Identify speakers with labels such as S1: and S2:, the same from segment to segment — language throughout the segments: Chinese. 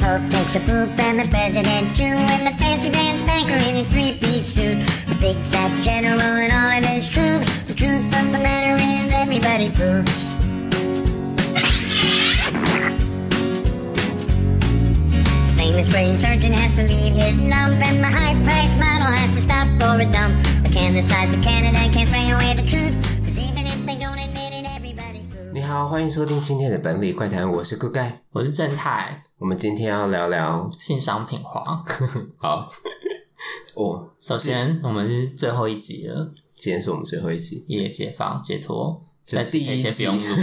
S1: coat, pokes a poop, and the president too, and the fancy pants banker in his three-piece suit, the big fat general and all of his troops. The truth of the matter is everybody poops. The famous brain surgeon has to leave his lump, and the high-priced model has to stop for a dump. A can the size of Canada can't spray away the truth, 'cause even if they don't admit it, everybody poops.
S2: 你好，欢迎收听今天的本里怪谈，我是酷盖。
S3: 我是正太，
S2: 我们今天要聊聊，
S3: 性商品化。
S2: 好，哦，
S3: 首先，我们是最后一集了，
S2: 今天是我们最后一集，
S3: 也解放解脱，
S2: 这
S3: 再次哎
S2: 第一
S3: 先
S2: 集
S3: 不用录。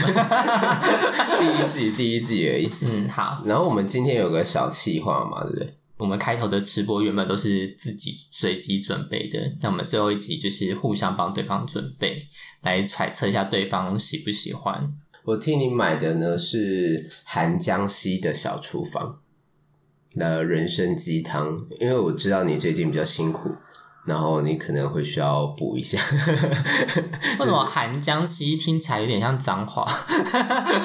S2: 第一季，第一季而已。
S3: 嗯，好，
S2: 然后我们今天有个小企划嘛，对不对？
S3: 我们开头的吃播原本都是自己随机准备的，那我们最后一集就是互相帮对方准备，来揣测一下对方喜不喜欢。
S2: 我替你买的呢是韩江西的小厨房的人参鸡汤，因为我知道你最近比较辛苦，然后你可能会需要补一下。
S3: 为什么韩江西听起来有点像脏话？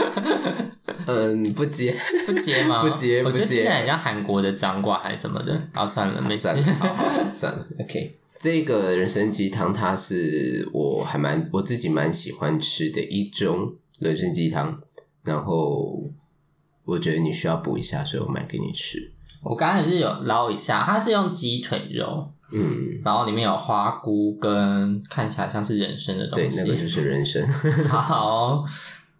S2: 嗯，不接，
S3: 不接吗？
S2: 不接
S3: 我觉得
S2: 不接
S3: 听起来很像韩国的脏话还是什么的。啊，算了，没事
S2: 算。了，好好算了，OK。这个人参鸡汤，它是我还蛮我自己蛮喜欢吃的一种人参鸡汤，然后我觉得你需要补一下，所以我买给你吃。
S3: 我刚才是有捞一下，它是用鸡腿肉，
S2: 嗯，
S3: 然后里面有花菇跟看起来像是人参的东
S2: 对，
S3: 西，
S2: 那个就是人参，
S3: 好，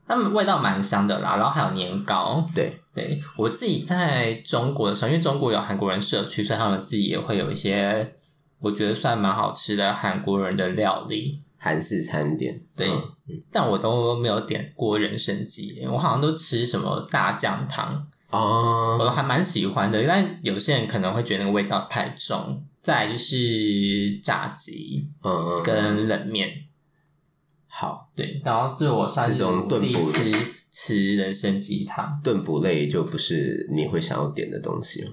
S3: 它们味道蛮香的啦，然后还有年糕。
S2: 对，
S3: 对我自己在中国的时候，因为中国有韩国人社区，所以他们自己也会有一些我觉得算蛮好吃的韩国人的料理。
S2: 韩式餐点。
S3: 对，
S2: 嗯
S3: 但我都没有点过人参鸡，我好像都吃什么大酱汤，
S2: 哦、
S3: 我还蛮喜欢的，但有些人可能会觉得那个味道太重。再来就是炸鸡
S2: 嗯嗯，
S3: 跟冷面，
S2: 好，
S3: 对，然后这我算是
S2: 这种
S3: 我
S2: 炖
S3: 第一
S2: 补
S3: 次吃人参鸡汤，
S2: 炖补类就不是你会想要点的东西。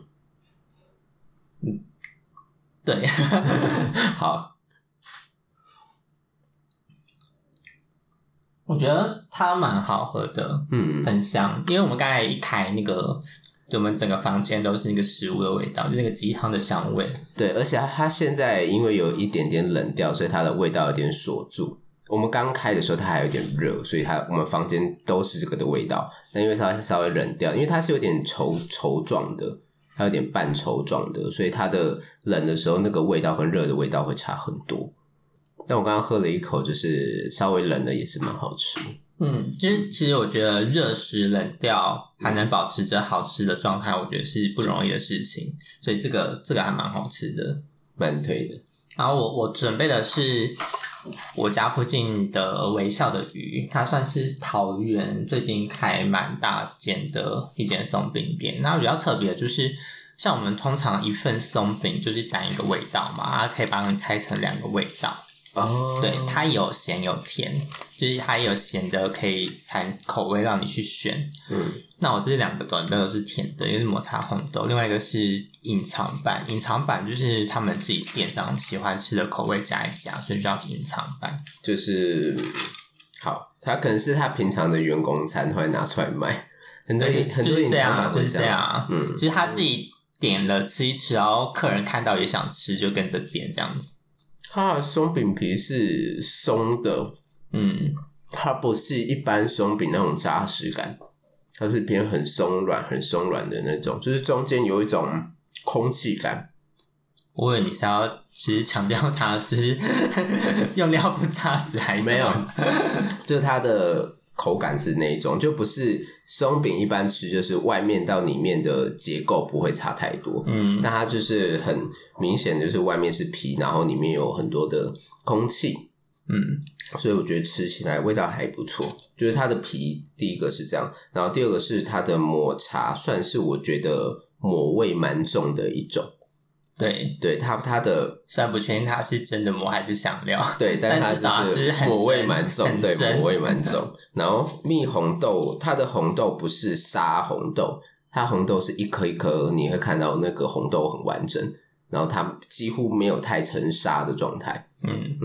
S3: 对，
S2: 好，
S3: 我觉得它蛮好喝的，
S2: 嗯，
S3: 很香。因为我们刚才一开那个，就我们整个房间都是那个食物的味道，就那个鸡汤的香味。
S2: 对，而且它现在因为有一点点冷掉，所以它的味道有点锁住。我们刚开的时候它还有点热，所以它我们房间都是这个的味道。那因为它稍微冷掉，因为它是有点稠稠状的，它有点半稠状的，所以它的冷的时候那个味道跟热的味道会差很多。但我刚刚喝了一口，就是稍微冷的也是蛮好吃。
S3: 嗯，就是其实我觉得热食冷掉还能保持着好吃的状态，我觉得是不容易的事情，所以这个这个还蛮好吃的。
S2: 蛮推的。
S3: 然后我我准备的是我家附近的微笑的鱼，它算是桃园最近开蛮大间的一间松饼店。那比较特别的就是，像我们通常一份松饼就是单一个味道嘛，它可以把它们拆成两个味道。
S2: 哦
S3: 对，它有咸有甜，就是它有咸的可以掺口味让你去选。
S2: 嗯，
S3: 那我这两个短标都是甜的，一个是抹茶红豆，另外一个是隐藏版。隐藏版就是他们自己店长喜欢吃的口味加一加，所以叫隐藏版。
S2: 就是好，他可能是他平常的员工餐会拿出来卖，很多很
S3: 就
S2: 多
S3: 是
S2: 隐
S3: 这
S2: 藏
S3: 样啊，
S2: 版
S3: 就
S2: 会
S3: 是这样。啊。
S2: 嗯
S3: 就是他自己点了吃一吃，然后客人看到也想吃，就跟着点这样子。
S2: 它的松饼皮是松的，
S3: 嗯，
S2: 它不是一般松饼那种扎实感，它是偏很松软、很松软的那种，就是中间有一种空气感。
S3: 我以为你是要只是强调它就是 用料不扎实还是
S2: 没有
S3: 什么，
S2: 就是它的口感是那一种，就不是松饼一般吃，就是外面到里面的结构不会差太多。
S3: 嗯，
S2: 但它就是很明显，就是外面是皮，然后里面有很多的空气，
S3: 嗯，
S2: 所以我觉得吃起来味道还不错。就是它的皮，第一个是这样，然后第二个是它的抹茶，算是我觉得抹味蛮重的一种。
S3: 对，
S2: 对它，它的
S3: 虽然不确定它是真的磨还是香料，
S2: 对，但它
S3: 但至少它就是
S2: 是
S3: 很
S2: 抹味
S3: 真
S2: 蛮重，
S3: 很
S2: 对，
S3: 真
S2: 抹味 蛮重。然后蜜红豆，它的红豆不是沙红豆，它红豆是一颗一颗，你会看到那个红豆很完整，然后它几乎没有太成沙的状态。
S3: 嗯，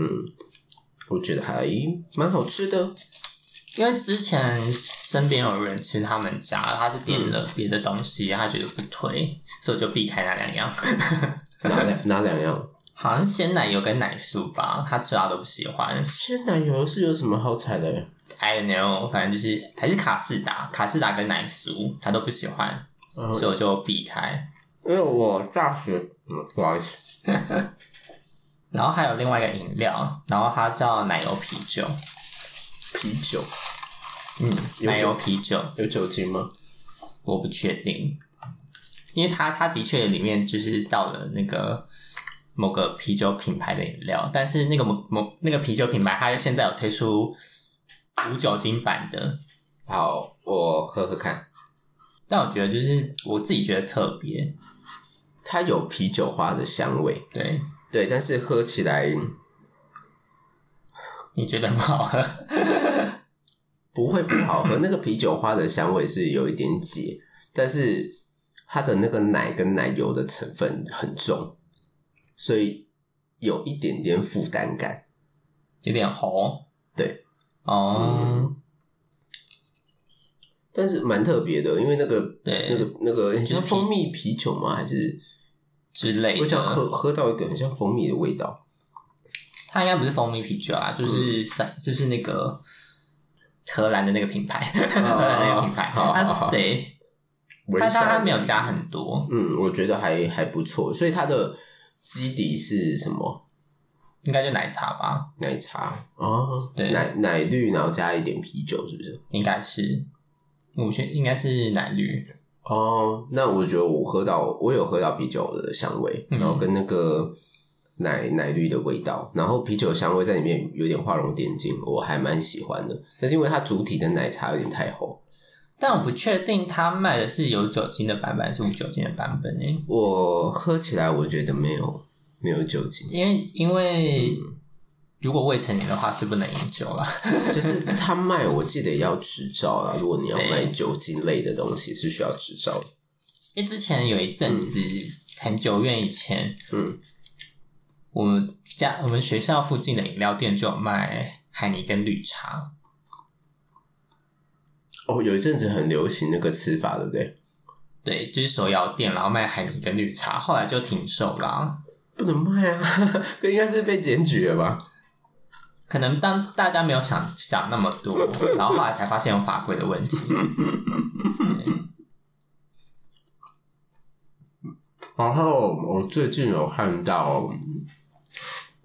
S2: 我觉得还蛮好吃的。
S3: 因为之前身边有人吃他们家，他是点了别的东西，他觉得不推，所以我就避开那两样。
S2: 哪两哪两样？
S3: 好像鲜奶油跟奶酥吧，他吃他啊都不喜欢。
S2: 鲜奶油是有什么好踩的？
S3: I don't know，反正就是还是卡士达，卡士达跟奶酥他都不喜欢，
S2: 嗯
S3: 所以我就避开。
S2: 因为我大学，嗯，不好意思，
S3: 然后还有另外一个饮料，然后它叫奶油啤酒，
S2: 啤酒
S3: 嗯，
S2: 有
S3: 奶油啤酒，
S2: 有酒精吗？
S3: 我不确定，因为它它的确里面就是到了那个某个啤酒品牌的饮料，但是那个某某那个啤酒品牌，它现在有推出无酒精版的，
S2: 好，我喝喝看。
S3: 但我觉得就是我自己觉得特别，
S2: 它有啤酒花的香味，
S3: 对，
S2: 对，但是喝起来
S3: 你觉得很好喝？
S2: 不会不好喝。那个啤酒花的香味是有一点解，但是它的那个奶跟奶油的成分很重，所以有一点点负担感。
S3: 有点红
S2: 对，
S3: 哦，
S2: 但是蛮特别的，因为那个
S3: 对
S2: 那个那个很像
S3: 是啤
S2: 蜂蜜啤酒吗？还是
S3: 之类
S2: 我想喝
S3: 的。
S2: 喝到一个很像蜂蜜的味道。
S3: 它应该不是蜂蜜啤酒啊，
S2: 嗯
S3: 就是三、就是那个荷兰的那个品牌， 荷兰的那个品牌。
S2: 好好
S3: 它
S2: 好
S3: 对，
S2: 闻
S3: 但
S2: 起来
S3: 它它没有加很多，
S2: 嗯，我觉得还还不错。所以它的基底是什么？
S3: 应该就奶茶吧，
S2: 奶茶哦，
S3: 对
S2: 奶奶绿，然后加一点啤酒，是不是？
S3: 应该是，我觉得应该是奶绿。
S2: 哦，那我觉得我喝到，我有喝到啤酒的香味，
S3: 嗯
S2: 然后跟那个奶奶绿的味道，然后啤酒香味在里面有点画龙点睛，我还蛮喜欢的。但是因为它主体的奶茶有点太厚，
S3: 但我不确定它卖的是有酒精的版本还是无酒精的版本欸诶、
S2: 我喝起来我觉得没有没有酒 精，
S3: 因为因为如果未成年的话是不能饮酒啦。
S2: 就是他卖，我记得要执照啊啦。如果你要
S3: 对
S2: 卖酒精类的东西，是需要执照的。
S3: 因为之前有一阵子、很久远以前，
S2: 嗯，
S3: 我们家我们学校附近的饮料店就有卖海尼根绿茶，
S2: 哦，有一阵子很流行那个吃法，对不对？
S3: 对，就是手摇店，然后卖海尼根绿茶，后来就停售啦。
S2: 不能卖啊， 这应该是被检举了吧？
S3: 可能当大家没有想想那么 多，然后后来才发现有法规的问题。
S2: 然后我最近有看到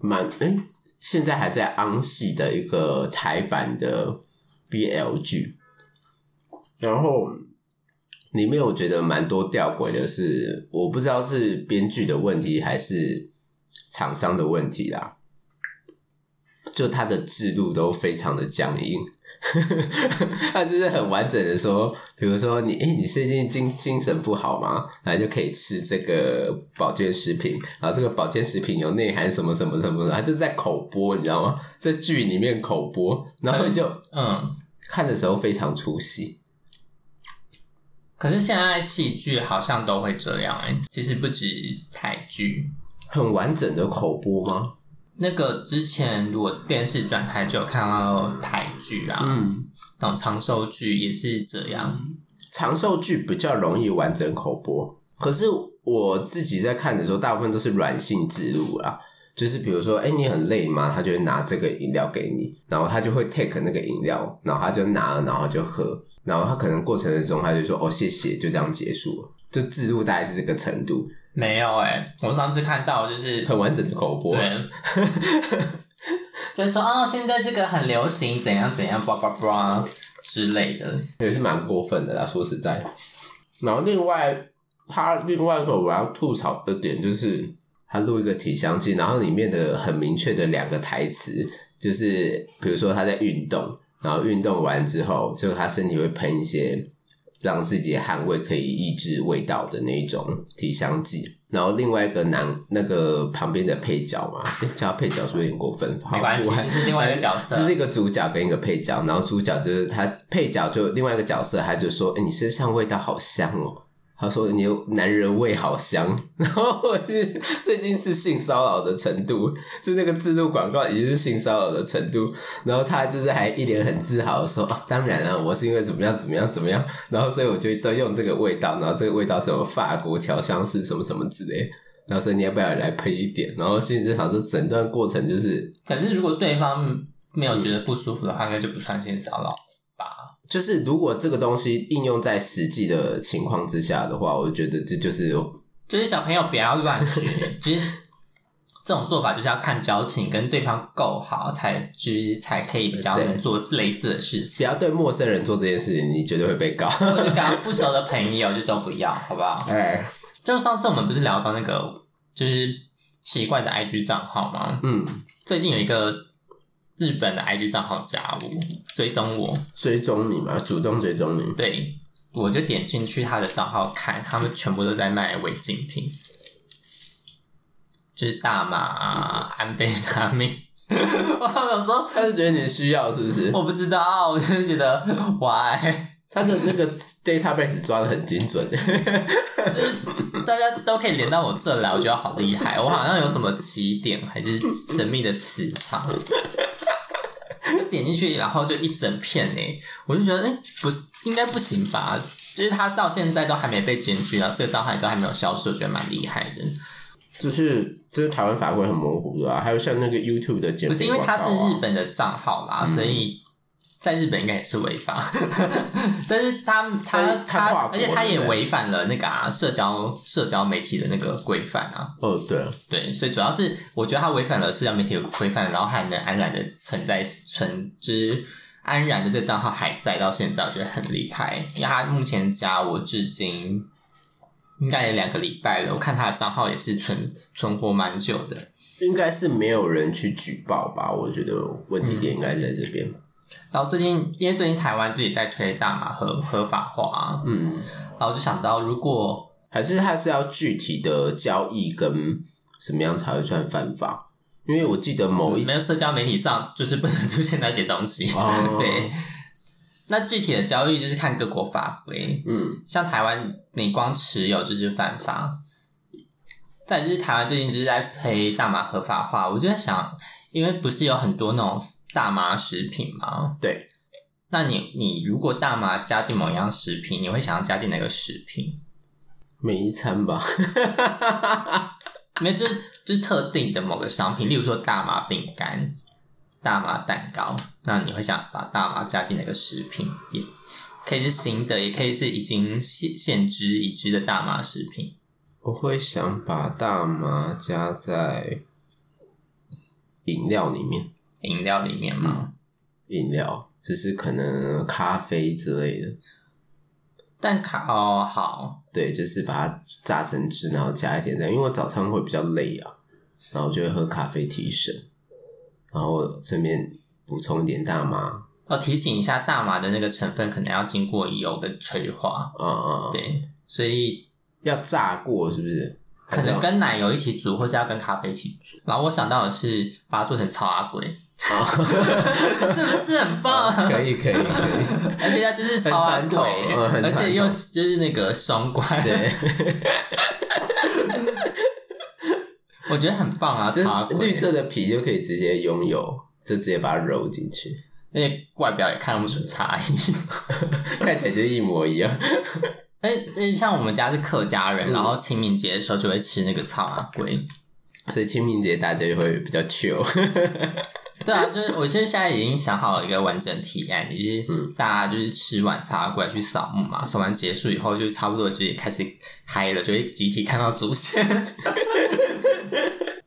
S2: 蛮哎、现在还在昂系的一个台版的 BL 剧，然后里面我觉得蛮多吊诡的是，我不知道是编剧的问题还是厂商的问题啦。就它的制度都非常的僵硬， 他就是很完整的说，比如说你，诶、你最近精精神不好吗？然后就可以吃这个保健食品，然后这个保健食品有内含什么什么什么，他就是在口播，你知道吗？在剧里面口播，然后就
S3: 嗯，
S2: 看的时候非常出戏。
S3: 可是现在戏剧好像都会这样、欸，其实不止台剧。
S2: 很完整的口播吗？
S3: 那个之前我电视转台就有看到台剧啊，
S2: 嗯，
S3: 那种长寿剧也是这样。
S2: 长寿剧比较容易完整口播，可是我自己在看的时候，大部分都是软性植入啦。就是比如说，哎、你很累吗？他就会拿这个饮料给你，然后他就会 take 那个饮料，然后他就拿了，然后就喝，然后他可能过程中他就说哦谢谢，就这样结束了，就植入大概是这个程度，
S3: 没有哎、我上次看到就是
S2: 很完整的口播。
S3: 对， 就是说哦，现在这个很流行，怎样怎样，叭叭叭之类的。
S2: 也是蛮过分的啦，说实在。然后另外，他另外一个我要吐槽的点就是，他录一个体香剂，然后里面的很明确的两个台词，就是比如说他在运动，然后运动完之后，就他身体会喷一些让自己的汗味可以抑制味道的那一种体香剂。然后另外一个男那个旁边的配角嘛，诶叫他配角是不是有点过分？
S3: 没关系，
S2: 好我还
S3: 就是另外一个角色，
S2: 就是一个主角跟一个配角，然后主角就是他，配角就另外一个角色，他就说：“哎、你身上味道好香哦。”他说你有男人味好香， 然后我是最近是性骚扰的程度，就那个制度广告已经是性骚扰的程度，然后他就是还一脸很自豪的说：“哦，当然啊，我是因为怎么样怎么样怎么样，然后所以我就都用这个味道，然后这个味道什么法国调香师什么什么之类，然后说你要不要也来喷一点？然后心里就想说，整段过程就是
S3: 可是如果对方没有觉得不舒服的话，应该就不算性骚扰吧？
S2: 就是如果这个东西应用在实际的情况之下的话，我觉得这就是
S3: 就是小朋友不要乱学，就是这种做法就是要看交情跟对方够好才，就是才可以比较能做类似的事
S2: 只
S3: 情。
S2: 要对陌生人做这件事情，你绝对会被 告。
S3: 或者刚不熟的朋友就都不要，好不好？
S2: 哎，
S3: 就上次我们不是聊到那个就是奇怪的 IG 账号吗？
S2: 嗯，
S3: 最近有一个日本的 IG 账号加我追踪我，
S2: 追踪你嘛，主动追踪你，
S3: 对，我就点进去他的账号看，他们全部都在卖违禁品，就是大麻、啊、安非他命。 我有时候
S2: 他是觉得你需要是不是？
S3: 我不知道，我就是觉得 why
S2: 他的那个 database 抓的很精 准，
S3: 大家都可以连到我这来，我觉得好厉害。我好像有什么起点还是神秘的磁场，就点进去，然后就一整片哎、我就觉得哎、诶不是应该不行吧？就是他到现在都还没被检举，然后这个账号也都还没有消失，我觉得蛮厉害的。
S2: 就是就是台湾法规很模糊的啊，还有像那个 YouTube 的剪
S3: 不是
S2: 辑
S3: 因
S2: 广
S3: 为
S2: 告、
S3: 它
S2: 啊，
S3: 是日本的账号啦，
S2: 嗯
S3: 所以在日本应该也是违法。 但是他
S2: 但
S3: 他
S2: 是它跨
S3: 他，
S2: 国
S3: 而且他
S2: 对
S3: 也
S2: 不对
S3: 违反了那个啊社交社交媒体的那个规范啊，
S2: 哦对，
S3: 对，所以主要是我觉得他违反了社交媒体的规范，然后还能安然的存在存之。安然的这个账号还在到现在，我觉得很厉害，因为他目前加我至今应该也两个礼拜了，我看他的账号也是存存活蛮久的。
S2: 应该是没有人去举报吧？我觉得问题点应该在这边。
S3: 然后最近，因为最近台湾自己在推大麻合合法化，
S2: 嗯，
S3: 然后我就想到，如果
S2: 还是它是要具体的交易跟什么样才会算犯法？因为我记得某一
S3: 没有社交媒体上，就是不能出现那些东西。
S2: 哦
S3: 对， 那具体的交易就是看各国法规，
S2: 嗯
S3: 像台湾，你光持有就是犯法。再就是台湾最近就是在推大麻合法化，我就在想，因为不是有很多那种大麻食品吗？
S2: 对，
S3: 那你你如果大麻加进某样食品，你会想要加进哪个食品？
S2: 每一餐吧。
S3: 没有，就是就是特定的某个商品，例如说大麻饼干、大麻蛋糕，那你会想把大麻加进哪个食品？也可以是新的，也可以是已经现现知已知的大麻食品。
S2: 我会想把大麻加在饮料里面，
S3: 饮料里面嘛，
S2: 饮料就是可能咖啡之类的，
S3: 但卡哦好，
S2: 对，就是把它榨成汁，然后加一点这样，因为我早上会比较累啊，然后我就会喝咖啡提神，然后顺便补充一点大麻，
S3: 要提醒一下，大麻的那个成分可能要经过油的催化，
S2: 啊啊，啊
S3: 对，所以
S2: 要炸过是不是？
S3: 可
S2: 还
S3: 能
S2: 是
S3: 跟奶油一起煮，或是要跟咖啡一起煮。然后我想到的是把它做成超阿龟，是不是很棒？
S2: 要可以可以可以，
S3: 而且它就是超安腿
S2: 很传统嗯很传统
S3: 而且又是就是那个双关，
S2: 对，
S3: 我觉得很棒啊，
S2: 就
S3: 茶
S2: 是
S3: 鬼
S2: 绿，色的皮就可以直接拥有，就直接把它揉进去，
S3: 因为外表也看不出差异。
S2: 看起来就一模一样。
S3: 而且像我们家是客家
S2: 嗯
S3: 人，然后清明节的时候就会吃那个草麻龟。
S2: 所以清明节大家就会比较 chill，
S3: 对啊，就是我就是现在已经想好了一个完整提案，也就是大家就是吃完茶龟去扫墓嘛，扫完结束以后就差不多就也开始嗨了，就会集体看到祖先。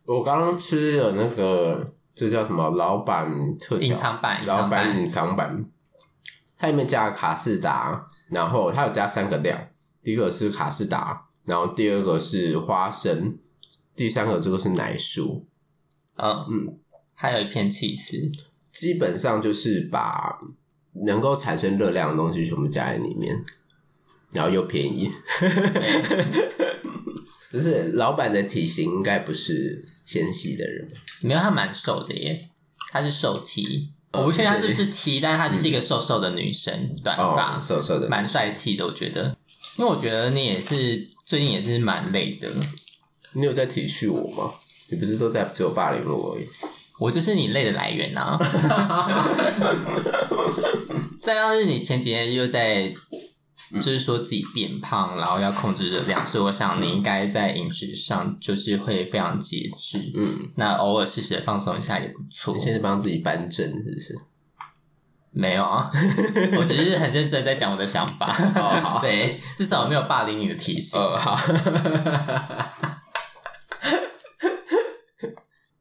S2: 我刚刚吃了那个，这叫什么？老板特调
S3: 隐藏版隐
S2: 老
S3: 藏版
S2: 板隐藏版，它里面加了卡士达，然后它有加三个料，第一个是卡士达，然后第二个是花生，第三个这个是奶酥。
S3: 嗯嗯，还有一片气势，
S2: 基本上就是把能够产生热量的东西全部加在里面，然后又便宜。 就是老板的体型应该不是纤细的人，
S3: 没有，她蛮瘦的耶，她是瘦 T，、我不确定她是不是 T，但是她就是一个瘦瘦的女生，短
S2: 哦
S3: 发，，
S2: 瘦瘦的，
S3: 蛮帅气的，我觉得。因为我觉得你也是最近也是蛮累的，
S2: 你有在体恤我吗？你不是都在只有霸凌我而已？
S3: 我就是你累的来源 啊。再要是你前几天又在，就是说自己变胖，然后要控制热量，所以我想你应该在饮食上就是会非常节制。
S2: 嗯，
S3: 那偶尔适时的放松一下也不错
S2: 你。现在帮自己扳正是不是？
S3: 没 有啊，我只是很认真地在讲我的想法。
S2: 好
S3: 对，至少我没有霸凌你的体型。
S2: 呃，好。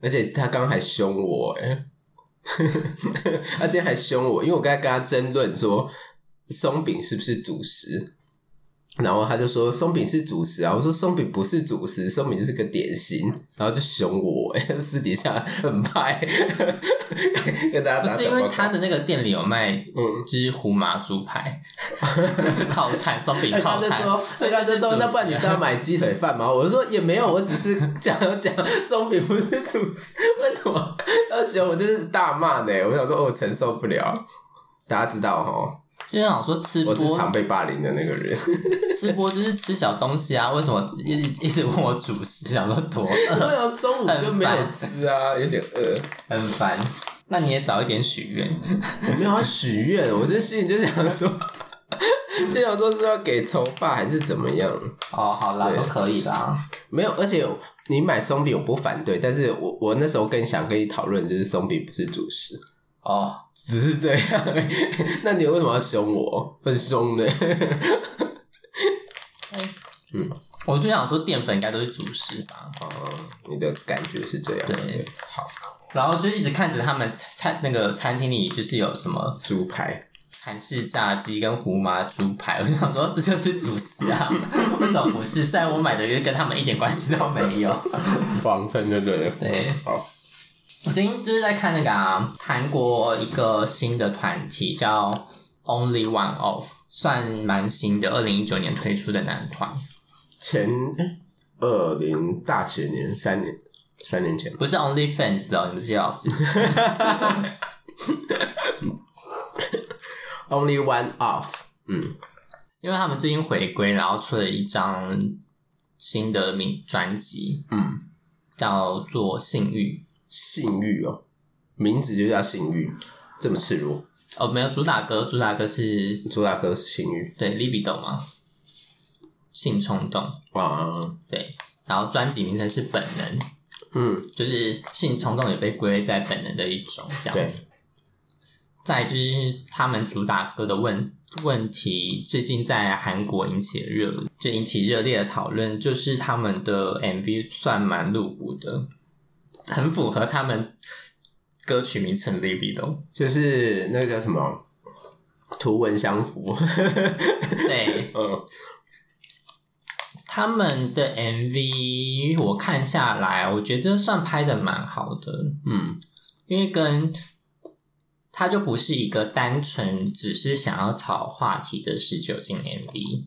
S2: 而且他刚刚还凶我、欸， 哎，他今天还凶我，因为我刚才跟他争论说松饼是不是主食，然后他就说松饼是主食啊，我说松饼不是主食，松饼是个点心，然后就凶我、欸，私底下很派， 跟大家
S3: 不
S2: 打
S3: 是
S2: 小
S3: 因
S2: 报
S3: 为
S2: 告。
S3: 他的那个店里有卖
S2: 嗯，
S3: 之胡麻猪 排 套餐，松饼
S2: 哎他
S3: 套
S2: 就
S3: 餐
S2: 说，，所以他就说，那不然你是要
S3: 道
S2: 买鸡腿饭吗？我说也没有，我只是讲讲松饼不是主食，为什么要凶我？就是大骂的欸，我想说，哦我承受不了。大家知道哈，
S3: 就是想说吃
S2: 我是
S3: 播
S2: 常被霸凌的那个人，
S3: 吃播就是吃小东西啊，为什么一直一直问我主食，想说多饿，
S2: 我想啊中午就没有吃啊，有点饿。
S3: 很烦。那你也早一点许愿，
S2: 我没有要许愿，我这心里就想说，就想说是要给酬爸还是怎么样？
S3: 哦，好啦，
S2: 对
S3: 都可以啦。
S2: 没有，而且你买松饼我不反对，但是我我那时候更想跟你讨论，就是松饼不是主食。
S3: 哦，
S2: 只是这样、 那你为什么要凶我？很凶的、
S3: 我就想说淀粉应该都是主食吧，
S2: 哦，你的感觉是这样。
S3: 对
S2: 好，
S3: 然后就一直看着他们餐那个餐厅里就是有什么
S2: 猪排，
S3: 韩式炸鸡跟胡麻猪排，我就想说这就是主食啊， 为什么不是？虽然我买的就跟他们一点关系都没有。
S2: 黄称就对了。
S3: 对，
S2: 好，
S3: 我最近就是在看那个啊韩、国一个新的团体叫 Only One Off，算蛮新的，二零一九年推出的男团，
S2: 前二零大前年三年三年前，
S3: 不是 Only Fans 哦，你们是老师。
S2: Only One Off，嗯，
S3: 因为他们最近回归，然后出了一张新的名专辑，
S2: 嗯，
S3: 叫做《性欲
S2: 性欲哦，名字就叫性欲，这么赤裸。》。
S3: 哦，没有，主打歌，主打歌是
S2: 朱大哥是性欲
S3: 对 libido 吗？性冲动，
S2: 啊，
S3: 对。然后专辑名称是《本能》，
S2: 嗯，
S3: 就是性冲动也被归类在本能的一种，这样子。再来就是他们主打歌的问问题，最近在韩国引起了热，就引起热烈的讨论，就是他们的 MV 算蛮露骨的，很符合他们歌曲名称 libido。
S2: 就是那个叫什么图文相符，
S3: 对，
S2: 嗯，
S3: 他们的 MV 我看下来，我觉得算拍的蛮好的，
S2: 嗯，
S3: 因为跟它就不是一个单纯只是想要炒话题的十九禁 MV，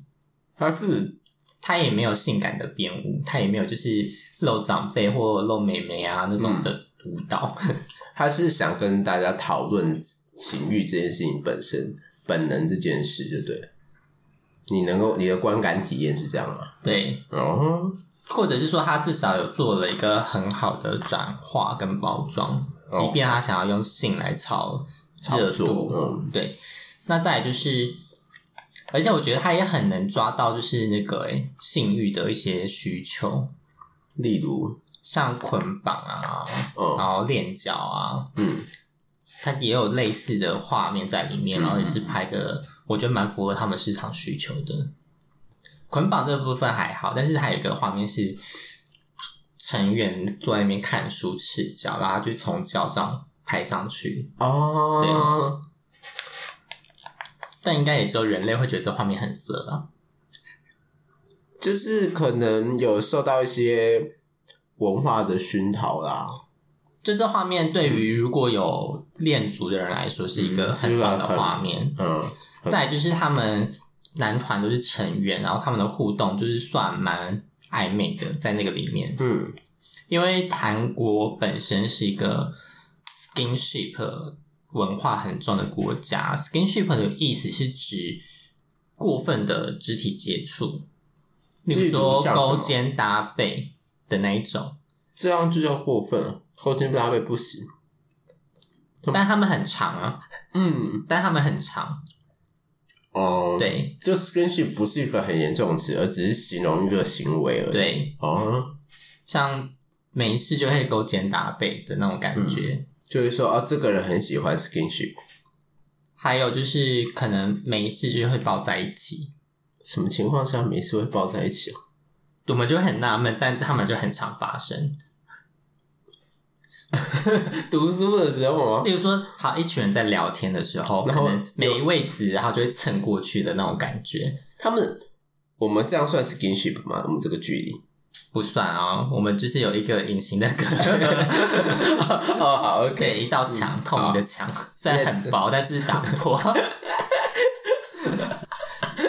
S2: 他是
S3: 它也没有性感的编舞，它也没有就是露长辈或露美眉啊那种
S2: 嗯
S3: 的舞蹈，
S2: 他是想跟大家讨论情欲这件事情本身，本能这件事，就对了。你能够你的观感体验是这样吗？
S3: 对，
S2: 哦，
S3: 或者是说他至少有做了一个很好的转化跟包装，
S2: 哦
S3: 即便他想要用性来炒
S2: 炒
S3: 热
S2: 作
S3: 度，
S2: 嗯
S3: 对。那再来就是，而且我觉得他也很能抓到就是那个、欸、性欲的一些需求，
S2: 例如，
S3: 像捆绑啊，
S2: 嗯
S3: 然后练脚啊，
S2: 嗯，
S3: 它也有类似的画面在里面，然后也是拍的，我觉得蛮符合他们市场需求的。捆绑这部分还好，但是还有一个画面是成员坐在那边看书赤脚，然后他就从脚上拍上去，
S2: 哦，
S3: 但应该也只有人类会觉得这画面很色啊。
S2: 就是可能有受到一些文化的熏陶啦，
S3: 就这画面对于如果有恋足的人来说是一个
S2: 嗯
S3: 很
S2: 是吧
S3: 棒的
S2: 很
S3: 画面，
S2: 嗯，
S3: 再来就是他们男团都是成员，然后他们的互动就是算蛮暧昧的，在那个里面，
S2: 嗯
S3: 因为韩国本身是一个 skinship 文化很重的国家，skinship 的意思是指过分的肢体接触，例
S2: 例
S3: 如
S2: 如
S3: 说
S2: 像什
S3: 勾
S2: 么
S3: 肩搭背的那一种，
S2: 这样就叫过分了，后天搭配不行。
S3: 但他们很长啊，
S2: 嗯，
S3: 但他们很长，
S2: 哦、，
S3: 对
S2: 就 skinship 不是一个很严重的词，而只是形容一个行为而已。，
S3: 对，
S2: 哦、
S3: 像没事就会勾肩搭背的那种感觉。
S2: 就是说，哦，这个人很喜欢 skinship，
S3: 还有就是，可能没事就会抱在一起，
S2: 什么情况下没事会抱在一起啊？
S3: 我们就会很纳闷，但他们就很常发生。
S2: 读书的时候啊吗？
S3: 例如说，好一群人在聊天的时候，可
S2: 然后
S3: 能每一位子，然后就会蹭过去的那种感觉，
S2: 他们，我们这样算 skinship 吗？我们这个距 离？
S3: 不算啊、我们就是有一个隐形的隔
S2: 哦，好，OK。
S3: 对，一道墙，透明的墙，虽然很薄，但是打不破。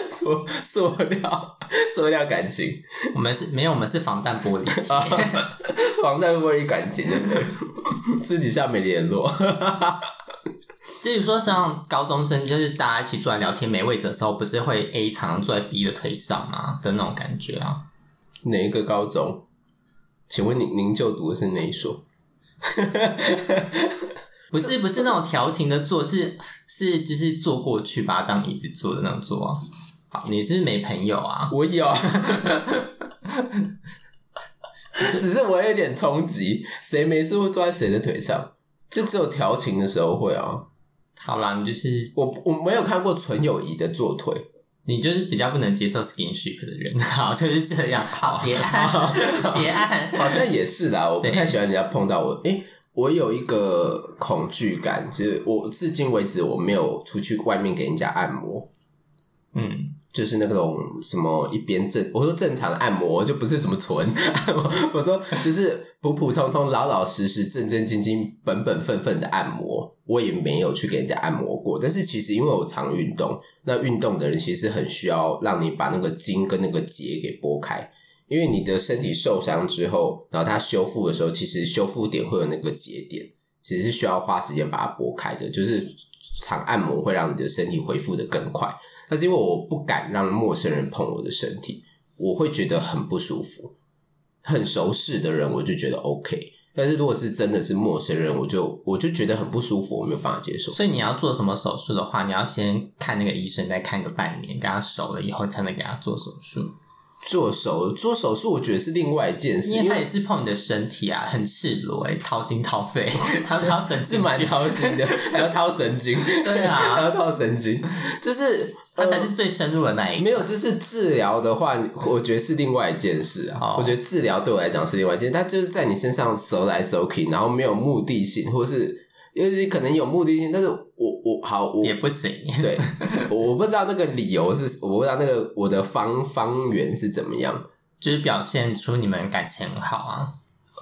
S2: 塑塑料塑料感情，
S3: 我们是没有，我们是防弹玻璃体，
S2: 防弹玻璃感情，对不对？ 私底下没联络，
S3: 就是说像高中生，就是大家一起坐在聊天没位置的时候，不是会 A 常常坐在 B 的腿上吗？的那种感觉啊。
S2: 哪一个高中？请问您您就读的是哪一所？
S3: 不是不是那种调情的坐，是是就是坐过去把它当椅子坐的那种坐啊。好，你是不是没朋友啊？
S2: 我有， 只是我有点冲击，谁没事会坐在谁的腿上？就只有调情的时候会啊，
S3: 好啦，你就是
S2: 我我没有看过纯友谊的坐腿，
S3: 你就是比较不能接受 skinship 的人， 好就是这样。好，结案， 结案。
S2: 好像也是啦，我不
S3: 对
S2: 太喜欢人家碰到我。诶、我有一个恐惧感，就是我至今为止我没有出去外面给人家按摩，
S3: 嗯，
S2: 就是那种什么一边正，我说正常的按摩，就不是什么纯 按摩，我说就是普普通通、老老实实、正正经经、本本分分的按摩，我也没有去给人家按摩过。但是其实因为我常运动，那运动的人其实很需要让你把那个筋跟那个结给拨开，因为你的身体受伤之后，然后它修复的时候，其实修复点会有那个节点，其实是需要花时间把它拨开的。就是常按摩会让你的身体恢复的更快。但是因为我不敢让陌生人碰我的身体，我会觉得很不舒服。很熟识的人，我就觉得 OK。但是如果是真的是陌生人，我就我就觉得很不舒服，我没有办法接受。
S3: 所以你要做什么手术的话，你要先看那个医生，再看个半年，跟他熟了以后，才能给他做手术。
S2: 做手做手术，我觉得是另外一件事，
S3: 因为
S2: 因
S3: 他
S2: 为
S3: 也是碰你的身体啊，很赤裸、欸，掏心掏 肺，他掏神
S2: 是
S3: 经
S2: 蛮
S3: 去，
S2: 掏心的， 还要掏神 经，
S3: 对啊
S2: 还要掏神经，就是
S3: 他
S2: 呃
S3: 才是最深入的那一个
S2: 没有，就是治疗的话，我觉得是另外一件事啊。
S3: 哦
S2: 我觉得治疗对我来讲是另外一件，它就是在你身上搜来搜去，然后没有目的性，或是尤其可能有目的性，但是我我好我
S3: 也不行。
S2: 对，我我不知道那个理由是，我不知道那个我的方方圆是怎么样。
S3: 就是表现出你们感情很好啊。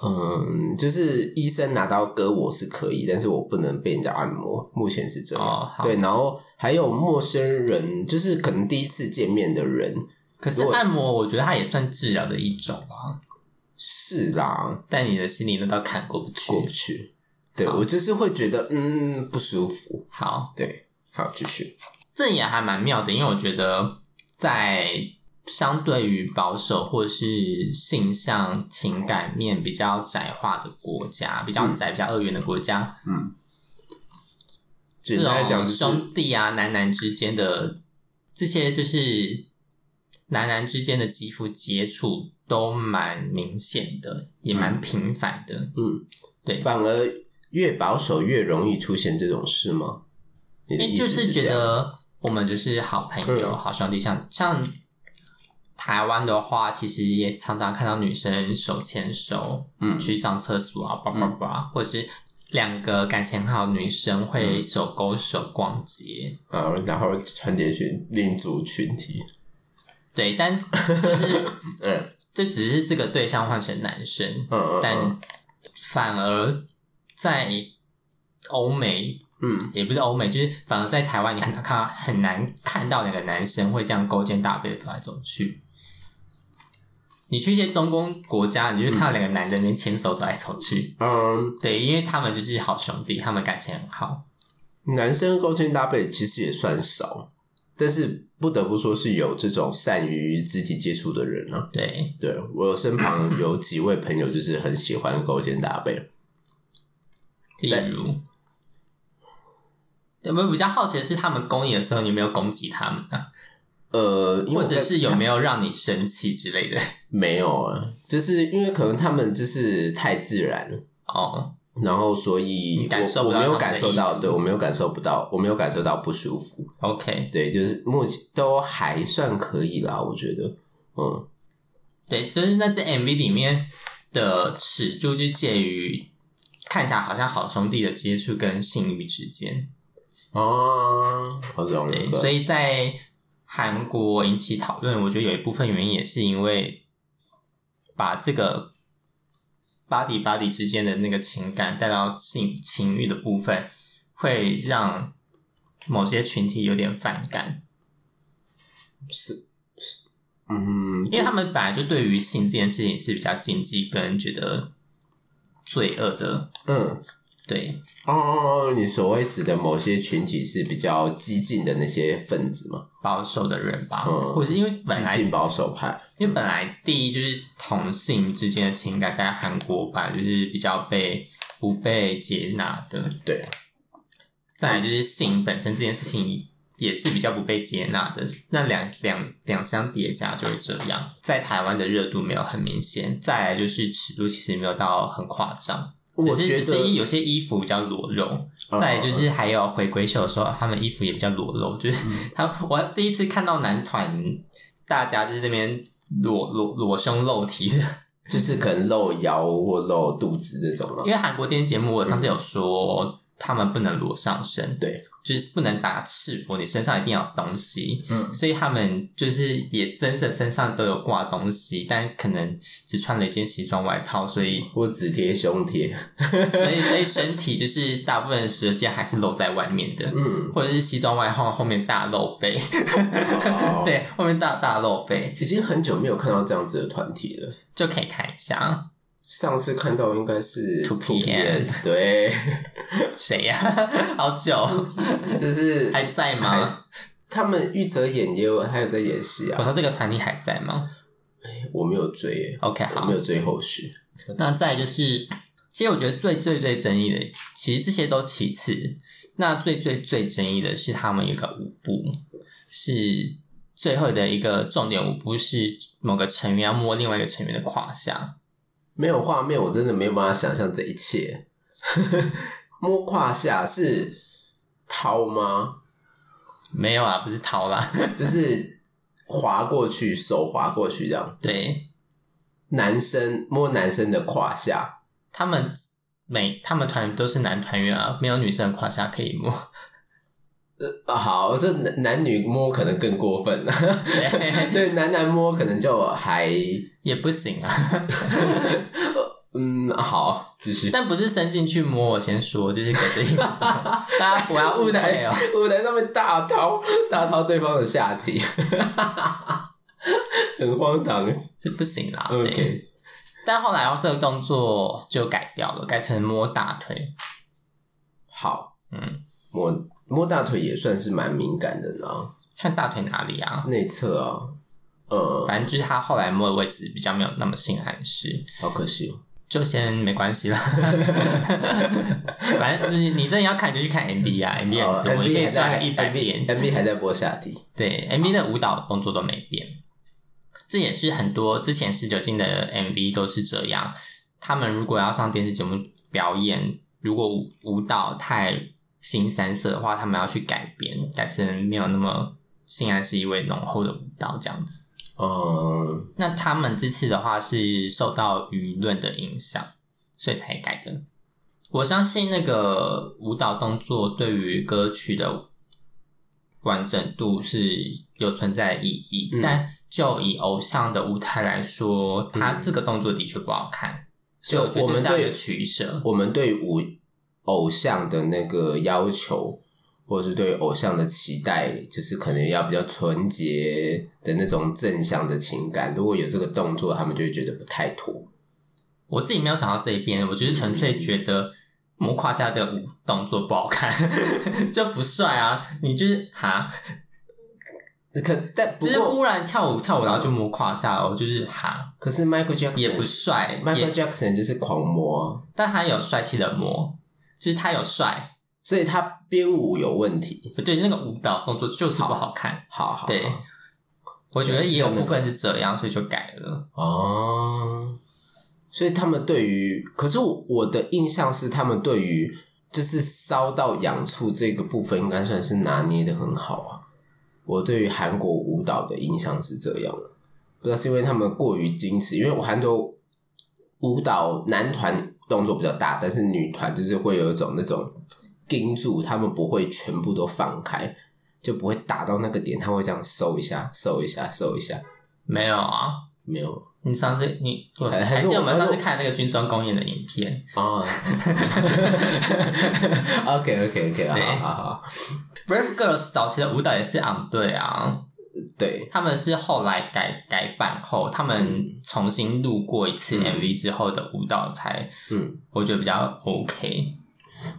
S2: 嗯，就是医生拿刀割我是可以，但是我不能被人家按摩，目前是这样。
S3: 哦好
S2: 对，然后还有陌生人，就是可能第一次见面的人
S3: 可是
S2: 如果
S3: 按摩，我觉得它也算治疗的一种啊。
S2: 是啦，
S3: 但你的心里那道坎过不去。
S2: 过不去。对
S3: 好
S2: 我就是会觉得嗯不舒服。
S3: 好，
S2: 对，好继续。
S3: 这也还蛮妙的，因为我觉得在相对于保守或是性向情感面比较窄化的国家，
S2: 嗯
S3: 比较窄、比较二元的国家，
S2: 简单来讲
S3: 这种
S2: 就是嗯
S3: 兄弟啊、男男之间的这些，就是男男之间的肌肤接触都蛮明显的，也蛮频繁的。
S2: 嗯，
S3: 对
S2: 反而越保守越容易出现这种事吗？你的
S3: 因为
S2: 意
S3: 就
S2: 思
S3: 是
S2: 这
S3: 觉
S2: 样
S3: 得我们就是好朋友、
S2: 嗯
S3: 好兄弟，像像台湾的话，其实也常常看到女生手牵手，
S2: 嗯
S3: 去上厕所啊，叭叭叭，或是两个感情好的女生会手勾手逛街。
S2: 啊，然后传递群民族群体，
S3: 对，但就是
S2: 嗯
S3: 这只是这个对象换成男生，
S2: 嗯嗯，
S3: 但反而在欧美
S2: 嗯
S3: 也不是欧美，就是反而在台湾，你很难看到很难看到两个男生会这样勾肩搭背的走来走去。你去一些中东国家，你就看到两个男的连牵手走来走去，
S2: 嗯，
S3: 对，因为他们就是好兄弟，他们感情很好。
S2: 男生勾肩搭背其实也算少，但是不得不说是有这种善于肢体接触的人啊。
S3: 对，
S2: 对我身旁有几位朋友就是很喜欢勾肩搭背，
S3: 例如，我们比较好奇的是，他们攻你的时候，你有没有攻击他们呢？
S2: 呃，因为我
S3: 或者
S2: 在
S3: 是有没有让你生气之类的？
S2: 没有啊？就是因为可能他们就是太自然了。
S3: 哦，
S2: 然后，所以
S3: 你感受
S2: 我
S3: 不
S2: 我
S3: 到
S2: 没有
S3: 他们
S2: 感
S3: 的
S2: 受
S3: 意
S2: 到，
S3: 图
S2: 对我没有感受不到，我没有感受到不舒服。
S3: OK，
S2: 对，就是目前都还算可以啦，我觉得，嗯，
S3: 对，就是那支 MV 里面的尺度就介于看起来好像好兄弟的接触跟性欲之间。
S2: 哦，好像
S3: 对，所
S2: 以
S3: 以在韩国引起讨论，我觉得有一部分原因也是因为把这个 body body 之间的那个情感带到性情欲的部分，会让某些群体有点反感。
S2: 嗯，
S3: 因为他们本来就对于性这件事情是比较禁忌跟觉得罪恶的，
S2: 嗯，
S3: 对
S2: 哦，你所谓指的某些群体是比较激进的那些分子嘛？
S3: 保守的人吧，
S2: 嗯
S3: 或者因为本
S2: 激
S3: 来
S2: 进保守派，
S3: 因为本来第一就是同性之间的情感在韩国吧，就是比较被不被接纳的，
S2: 对，
S3: 再来就是性本身这件事情也是比较不被接纳的，那两两两相叠加就会这样，在台湾的热度没有很明显，再来就是尺度其实没有到很夸张。只
S2: 我
S3: 是
S2: 觉
S3: 只是
S2: 得
S3: 有些衣服比较裸露，
S2: 嗯嗯
S3: 再来就是还有回归秀的时候，他们衣服也比较裸露，就是 他我第一次看到男团大家就是那边裸裸裸胸露体 的，
S2: 就是可能露腰或露肚子这种啊嘛
S3: 因。为韩国电视节目我上次有说他们不能裸上身，
S2: 嗯对，
S3: 就是不能打赤膊，你身上一定要有东西，
S2: 嗯
S3: 所以他们就是也真的身上都有挂东西，但可能只穿了一件西装外套，所以
S2: 或只贴胸贴，
S3: 所以所以身体就是大部分的时间还是露在外面的，
S2: 嗯，
S3: 或者是西装外套后面大露背，
S2: 哦，
S3: 对，后面大大露背
S2: 已经很久没有看到这样子的团体了。
S3: 就可以看一下
S2: 上次看到应该是
S3: 2PM
S2: 对，
S3: 谁呀、 好久
S2: 就是
S3: 还在
S2: 还
S3: 吗？
S2: 他们玉泽演也有，还有在演戏
S3: 我
S2: 啊，
S3: 说这个团体还在吗
S2: 我没有追耶，
S3: ？OK，
S2: 我
S3: 好
S2: 没，有追后续，
S3: 那再就是，其实我觉得最最最争议的，其实这些都其次。那最最最争议的是他们有一个舞步，是最后的一个重点舞步是某个成员要摸另外一个成员的胯下，
S2: 没有画面，我真的没有办法想象这一切。 摸胯下是掏吗？
S3: 没有啊，不是掏啦，
S2: 就是滑过去，手滑过去这样。
S3: 对
S2: 男生摸男生的胯下，
S3: 他们每他们团都是男团员啊，没有女生的胯下可以摸。
S2: 啊，好，这男男女摸可能更过分了。 对，男男摸可能就还
S3: 也不行啊，
S2: 嗯好，继续。
S3: 但不是伸进去摸。我先说，就是可 是大家不要误会哦。
S2: 舞台上面大掏大掏对方的下体， 很荒唐。
S3: 是不行啦。啊对
S2: OK，
S3: 但后来这个动作就改掉了，改成摸大腿。
S2: 好，
S3: 嗯，
S2: 摸摸大腿也算是蛮敏感的啦，
S3: 看大腿哪里啊？
S2: 内侧啊，呃，
S3: 反正就是他后来摸的位置比较没有那么性暗示，
S2: 好可惜哦。
S3: 就先没关 系啦。 反正你你真的要看你就去看 MV 啊，MV 很多，
S2: 哦
S3: 你可以
S2: 还
S3: 刷
S2: 在
S3: 个一百
S2: MV
S3: 遍。
S2: MV 还在播下体，
S3: 对，MV 的舞蹈动作都没变，这也是很多之前十九禁的 MV 都是这样。他们如果要上电视节目表演，如果舞舞蹈太新三色的话，他们要去改编，改成没有那么性暗示意味浓厚的舞蹈这样子。
S2: 嗯，
S3: 那他们这次的话是受到舆论的影响，所以才改的。我相信那个舞蹈动作对于歌曲的完整度是有存在的意义，
S2: 嗯
S3: 但就以偶像的舞台来说，他这个动作的确不好看，所以我觉
S2: 我
S3: 得
S2: 们
S3: 这是要
S2: 对
S3: 有取舍。
S2: 我们对舞偶像的那个要求，或者是对偶像的期待，就是可能要比较纯洁的那种正向的情感。如果有这个动作，他们就会觉得不太妥。
S3: 我自己没有想到这一边，我只是纯粹觉得摸胯下这个舞 动作不好看，就不帅啊！你就是哈，
S2: 可但不
S3: 就是
S2: 过，
S3: 忽然跳舞跳舞，然后就摸胯下哦，就是哈，
S2: 可是 Michael Jackson
S3: 也不帅，
S2: Michael
S3: 也
S2: Jackson 就是狂魔啊，
S3: 但他有帅气的摸，就是他有帅，
S2: 所以他编舞有问题。
S3: 不对，那个舞蹈动作就是不好看。
S2: 好好，
S3: 对
S2: 好
S3: 我觉得也有
S2: 真的
S3: 部分是这样，所以就改了。
S2: 哦，所以他们对于，可是我我的印象是，他们对于就是骚到痒处这个部分，应该算是拿捏的很好啊。我对于韩国舞蹈的印象是这样的，不知道是因为他们过于矜持，因为我韩国舞蹈男团动作比较大，但是女团就是会有一种那种盯住，他们不会全部都放开，就不会打到那个点，他会这样收一下，收一下，收一下，
S3: 没有啊，
S2: 没有
S3: 你上次你我
S2: 还
S3: 还
S2: 还是
S3: 记得
S2: 我
S3: 我们
S2: 还
S3: 上
S2: 是
S3: 次看那个军装公演的影片，
S2: 哦，OK OK OK，好好好，
S3: Brave Girls 早期的舞蹈也是昂队啊，
S2: 对，
S3: 他们是后来改改版后，他们重新录过一次
S2: 嗯
S3: MV 之后的舞蹈才，
S2: 嗯，
S3: 我觉得比较 OK。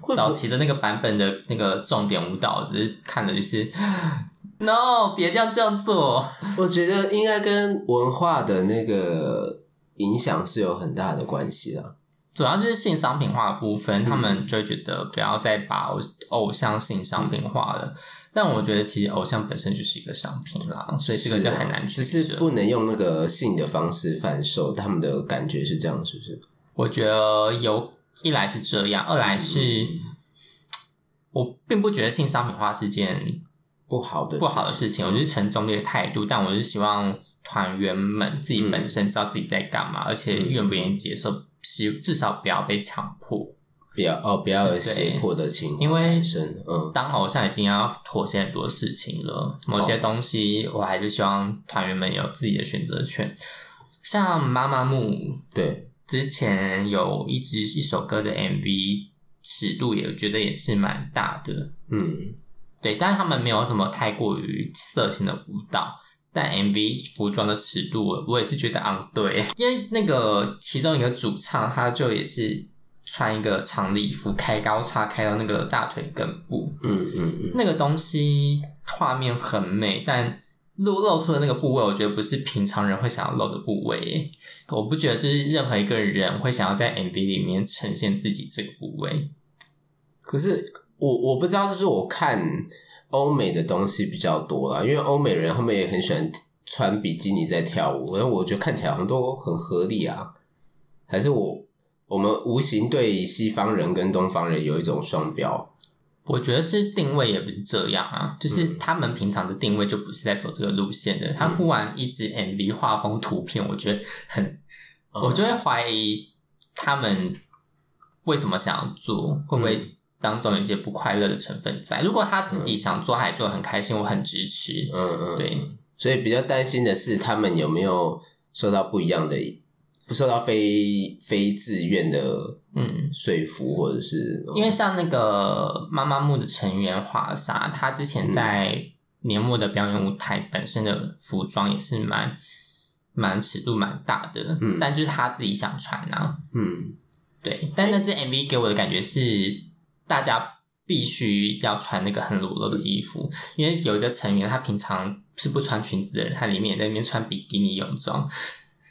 S2: 会不
S3: 早期的那个版本的那个重点舞蹈，只是看的就是 ，no，别这样这样做。
S2: 我觉得应该跟文化的那个影响是有很大的关系啊。
S3: 主要就是性商品化的部分，
S2: 嗯
S3: 他们就会觉得不要再把偶偶像性商品化了。但我觉得其实偶像本身就是一个商品啦，所以这个
S2: 是
S3: 就
S2: 啊
S3: 很难取
S2: 只
S3: 舍。
S2: 是不能用那个性的方式贩售，他们的感觉是这样，是不是？
S3: 我觉得有一来是这样，二来是、
S2: 嗯
S3: 我并不觉得性商品化是件
S2: 不好的，
S3: 不好的事情，我就是沉中立的态度，但我是希望团员们自己本身知道自己在干嘛，而且愿不愿意接受，希至少不要被强迫。
S2: 不要哦，不要有
S3: 对
S2: 胁迫的情
S3: 因
S2: 况
S3: 为
S2: 产生，嗯，
S3: 当偶像已经要妥协很多事情了，某些东西我还是希望团员们有自己的选择权。像妈妈木
S2: 对，
S3: 之前有一支一首歌的 MV 尺度也，我觉得也是蛮大的，
S2: 嗯，
S3: 对，但是他们没有什么太过于色情的舞蹈，但 MV 服装的尺度，我我也是觉得昂对，因为那个其中一个主唱，他就也是穿一个长礼服，开高叉，开到那个大腿根部，
S2: 嗯嗯嗯，
S3: 那个东西画面很美，但露露出的那个部位，我觉得不是平常人会想要露的部位耶。我不觉得就是任何一个人会想要在 MV 里面呈现自己这个部位。
S2: 可是我我不知道是不是我看欧美的东西比较多啦，因为欧美人他们也很喜欢穿比基尼在跳舞，然后我觉得看起来好像都很合理啊。还是我我们无形对西方人跟东方人有一种双标，
S3: 我觉得是定位也不是这样啊，就是他们平常的定位就不是在走这个路线的。他忽然一支 MV 画风图片，我觉得很，
S2: 嗯
S3: 我就会怀疑他们为什么想要做，会不会当中有一些不快乐的成分在？如果他自己想做，还做得很开心，我很支持。
S2: 嗯嗯，
S3: 对，
S2: 所以比较担心的是他们有没有受到不一样的，不受到非非自愿的
S3: 嗯，
S2: 说服，或者是
S3: 因为像那个妈妈木的成员华莎，她之
S2: 嗯
S3: 前在年末的表演舞台本身的服装也是蛮蛮尺度蛮大的，
S2: 嗯
S3: 但就是她自己想穿啊，
S2: 嗯
S3: 对。但那支 MV 给我的感觉是，大家必须要穿那个很裸露的衣服，因为有一个成员他平常是不穿裙子的人，他里面也在那边穿比基尼泳装，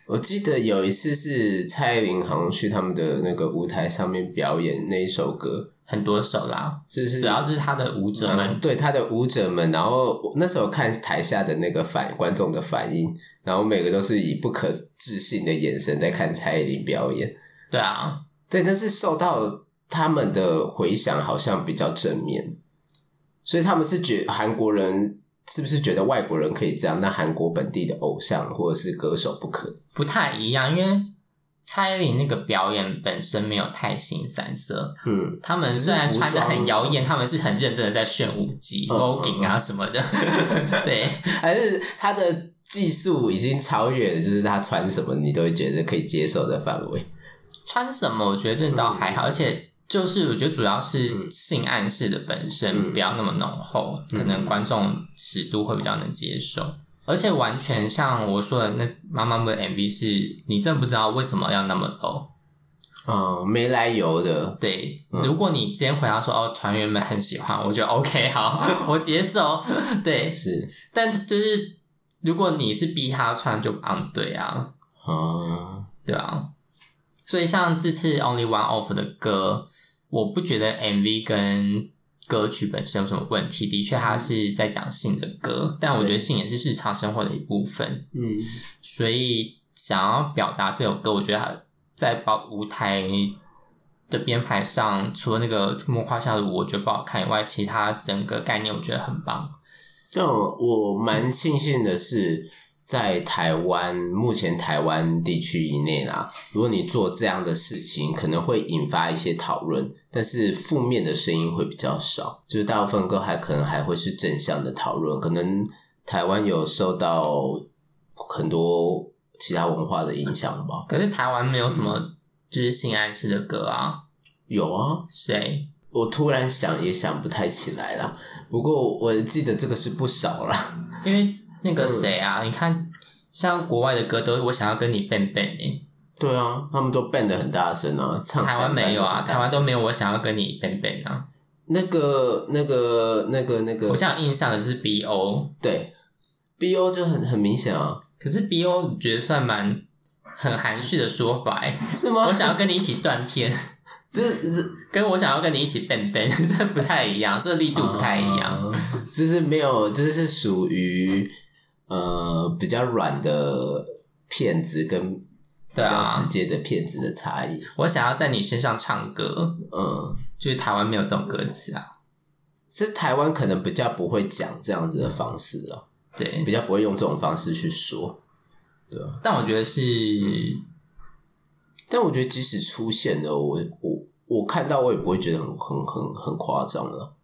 S2: 我记得有一次是蔡依林好像去他们的那个舞台上面表演那一首歌，
S3: 很多手啦，
S2: 是不是？
S3: 主要是他的舞者们
S2: 嗯对他的舞者们，然后我那时候看台下的那个反观众的反应，然后每个都是以不可置信的眼神在看蔡依林表演。
S3: 对啊，
S2: 对，但是受到他们的回响好像比较正面，所以他们是觉韩国人是不是觉得外国人可以这样，那韩国本地的偶像或者是歌手不可？
S3: 不太一样，因为蔡依林那个表演本身没有太新三色，
S2: 嗯，
S3: 他们虽然
S2: 只是服
S3: 穿的很
S2: 装
S3: 妖艳，他们是很认真的在炫舞技、
S2: 嗯
S3: voguing 啊什么 的，对，
S2: 还是他的技术已经超越，就是他穿什么你都会觉得可以接受的范围。
S3: 穿什么我觉得这倒还好，而且就是我觉得主要是
S2: 嗯
S3: 性暗示的本身
S2: 嗯
S3: 不要那么浓厚，
S2: 嗯
S3: 可能观众尺度会比较能接受。而且完全像我说的那妈妈们的 MV 是，你真的不知道为什么要那么 low，
S2: 嗯，没来由的，
S3: 对，如果你今天回答说哦，团员们很喜欢，我觉得 OK 好， 我接受。对，
S2: 是，
S3: 但就是如果你是逼他穿，就嗯对啊，
S2: 嗯，
S3: 对啊。所以像这次 Only One Off 的歌，我不觉得 MV 跟歌曲本身有什么问题。的确，它是在讲性的歌，但我觉得性也是日常生活的一部分。
S2: 嗯，
S3: 所以想要表达这首歌，我觉得它在包舞台的编排上，除了那个木花下的舞我觉得不好看以外，其他整个概念我觉得很棒。
S2: 但我我蛮庆幸的是，在台湾目前台湾地区以内啦，如果你做这样的事情，可能会引发一些讨论，但是负面的声音会比较少，就是大部分歌还可能还会是正向的讨论，可能台湾有受到很多其他文化的影响吧。
S3: 可是台湾没有什么就是性暗示的歌啊，
S2: 有啊，
S3: 谁？
S2: 我突然想也想不太起来了，不过我记得这个是不少啦。
S3: 因为那个谁啊，你看像国外的歌都我想要跟你笨笨诶，
S2: 对啊，他们都变得很大声啊，唱
S3: 台湾没有啊，
S2: 办得
S3: 台
S2: 很大
S3: 湾
S2: 声
S3: 都没有我想要跟你笨笨啊。
S2: 那个那个那个那
S3: 我
S2: 个，
S3: 想印象的是 B O，
S2: 对，B O 就很很明显啊，
S3: 可是 B O 你觉得算蛮很含蓄的说法欸诶。
S2: 是吗？
S3: 我想要跟你一起断片，
S2: 这这
S3: 跟我想要跟你一起笨笨， 这不太一样，这力度不太一样。
S2: 啊就是没有，这是属于呃比较软的骗子跟比
S3: 对
S2: 较
S3: 啊
S2: 直接的骗子的差异。
S3: 我想要在你身上唱歌，
S2: 嗯，
S3: 就是台湾没有这种歌词啊。
S2: 是台湾可能比较不会讲这样子的方式啊，
S3: 对
S2: 比，较不会用这种方式去说。
S3: 但我觉得是，
S2: 但我觉得即使出现了，我我我看到我也不会觉得很很很很夸张了。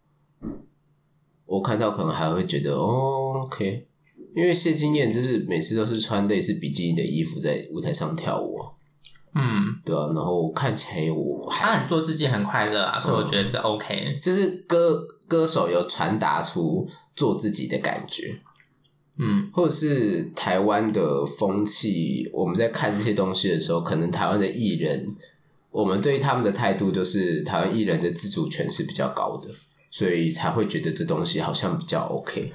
S2: 我看到可能还会觉得哦，OK，因为谢金燕就是每次都是穿类似比基尼的衣服在舞台上跳舞、啊，
S3: 嗯，
S2: 对啊，然后看起来我
S3: 他
S2: 还是
S3: 很做自己，很快乐啊，所以我觉得这 OK。
S2: 就是歌歌手有传达出做自己的感觉，
S3: 嗯，
S2: 或者是台湾的风气，我们在看这些东西的时候，可能台湾的艺人，我们对他们的态度就是台湾艺人的自主权是比较高的，所以才会觉得这东西好像比较 OK，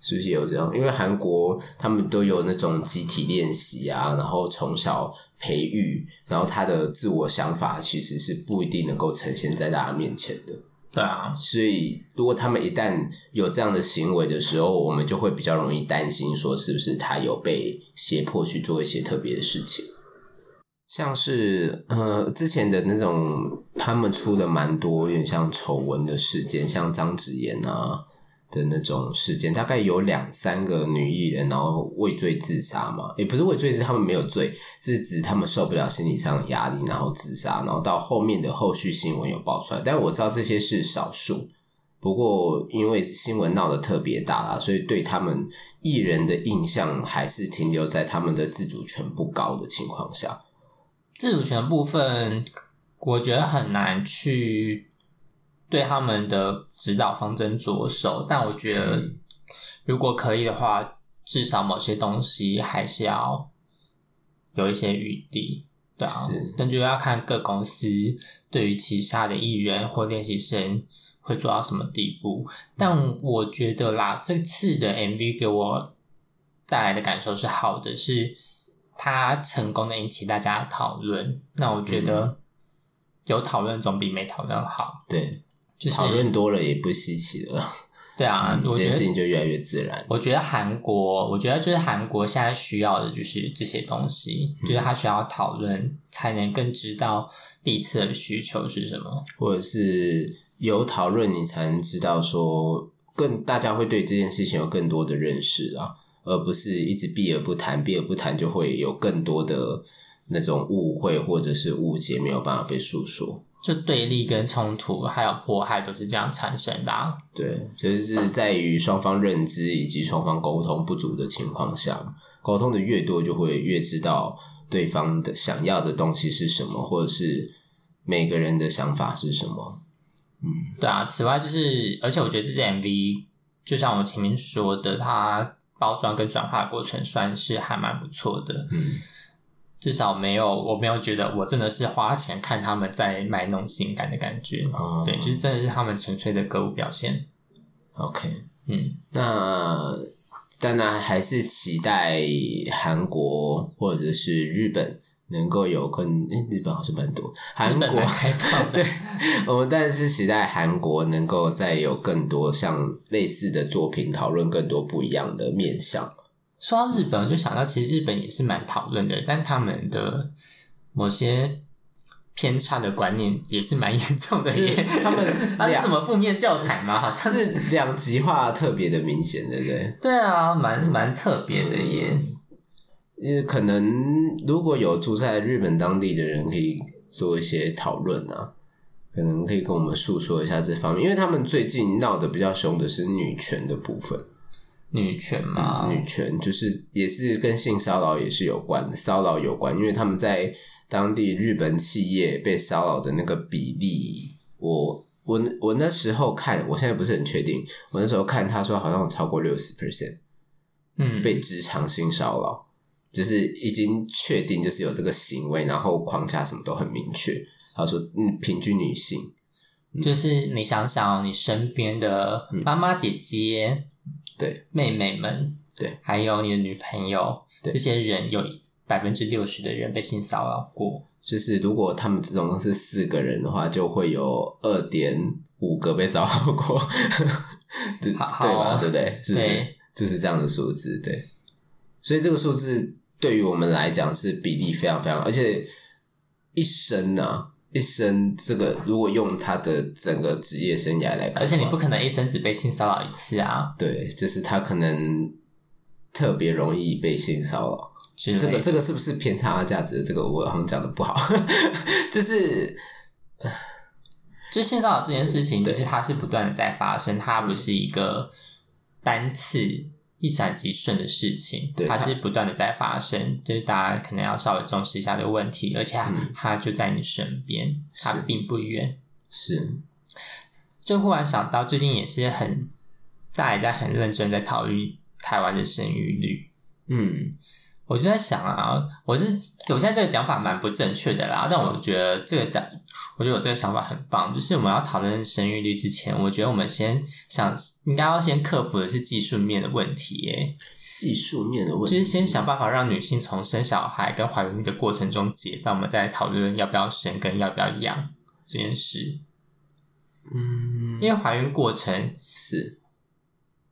S2: 是不是也有这样？因为韩国他们都有那种集体练习啊，然后从小培育，然后他的自我想法其实是不一定能够呈现在大家面前的。
S3: 对啊，
S2: 所以，如果他们一旦有这样的行为的时候，我们就会比较容易担心，说是不是他有被胁迫去做一些特别的事情，像是呃之前的那种，他们出了蛮多有点像丑闻的事件，像张子妍啊的那种事件，大概有两三个女艺人，然后畏罪自杀嘛，也不是畏罪，是他们没有罪，是指他们受不了心理上的压力，然后自杀，然后到后面的后续新闻有爆出来，但我知道这些是少数。不过因为新闻闹得特别大啦，所以对他们艺人的印象还是停留在他们的自主权不高的情况下。
S3: 自主权的部分，我觉得很难去对他们的指导方针着手，但我觉得如果可以的话，至少某些东西还是要有一些余地，对啊
S2: 是，
S3: 但就要看各公司对于旗下的艺人或练习生会做到什么地步。但我觉得啦，这次的 MV 给我带来的感受是好的，是它成功的引起大家讨论。那我觉
S2: 嗯
S3: 得有讨论总比没讨论好，
S2: 对，
S3: 就是
S2: 讨论多了也不稀奇了，
S3: 对 啊，
S2: 这
S3: 我觉
S2: 件
S3: 得
S2: 事情就越来越自然。
S3: 我觉得韩国，我觉得就是韩国现在需要的就是这些东西，
S2: 嗯
S3: 就是他需要讨论，才能更知道彼此的需求是什么。
S2: 或者是有讨论，你才能知道说更大家会对这件事情有更多的认识啊，而不是一直避而不谈，避而不谈就会有更多的那种误会或者是误解没有办法被诉说。
S3: 就对立跟冲突还有迫害都是这样产生的、啊。
S2: 对，就是在于双方认知以及双方沟通不足的情况下，沟通的越多，就会越知道对方的想要的东西是什么，或者是每个人的想法是什么。
S3: 对啊，此外就是，而且我觉得这支 MV 就像我前面说的，它包装跟转化的过程算是还蛮不错的。
S2: 嗯，
S3: 至少没有，我没有觉得我真的是花钱看他们在卖弄性感的感觉。
S2: 哦
S3: 对，就是真的是他们纯粹的歌舞表现。
S2: OK，
S3: 嗯，
S2: 那当然还是期待韩国或者是日本能够有更、诶日本好像蛮多韩
S3: 日
S2: 国
S3: 本蛮开放的，
S2: 我们当然呃是期待韩国能够再有更多像类似的作品，讨论更多不一样的面向。
S3: 说到日本，我就想到其实日本也是蛮讨论的，但他们的某些偏差的观念也是蛮严重的
S2: 是
S3: 耶。
S2: 他们
S3: 那是
S2: 两
S3: 什么负面教材吗？好像
S2: 是两极化特别的明显，对不对？
S3: 对啊，蛮蛮特别的耶。
S2: 嗯因为可能如果有住在日本当地的人，可以做一些讨论啊，可能可以跟我们诉说一下这方面，因为他们最近闹得比较凶的是女权的部分。
S3: 女权嘛，
S2: 女权啊就是也是跟性骚扰也是有关的，骚扰有关，因为他们在当地日本企业被骚扰的那个比例，我我我那时候看，我现在不是很确定，我那时候看他说好像有超过六十 percent
S3: 嗯，
S2: 被职场性骚扰，就是已经确定就是有这个行为，然后框架什么都很明确。他说，嗯，平均女性，
S3: 就是你想想，你身边的妈妈、姐姐、
S2: 嗯对
S3: 妹妹们，
S2: 对，
S3: 还有你的女朋友，
S2: 对
S3: 这些人有百分之六十的人被性骚扰过。
S2: 就是如果他们总共是四个人的话，就会有二点五个被骚扰过， 对对
S3: 好好
S2: 吧？对不对？是不是
S3: 对？
S2: 就是这样的数字，对。所以这个数字对于我们来讲是比例非常非常，而且一生啊，一生这个如果用他的整个职业生涯来看的话，
S3: 而且你不可能一生只被性骚扰一次啊，
S2: 对，就是他可能特别容易被性骚扰。
S3: 之类的
S2: 这个这个是不是偏差价值？这个我好像讲的不好， 就是
S3: 就性骚扰这件事情，就是它是不断的在发生，它不是一个单次一闪即瞬的事情，
S2: 对
S3: 它
S2: 它
S3: 是不断的在发生，就是大家可能要稍微重视一下的问题，而且它,、它就在你身边，它
S2: 嗯是
S3: 并不远。
S2: 是
S3: 就忽然想到，最近也是很大家也在很认真在讨论台湾的生育率。
S2: 嗯，
S3: 我就在想啊，我是我现在这个讲法蛮不正确的啦，但我觉得这个讲，我觉得我这个想法很棒。就是我们要讨论生育率之前，我觉得我们先想应该要先克服的是技术面的问题耶，
S2: 技术面的问
S3: 就
S2: 题，
S3: 是先想办法让女性从生小孩跟怀孕的过程中解放，我们再来讨论要不要生跟要不要养这件事。
S2: 嗯，
S3: 因为怀孕过程
S2: 是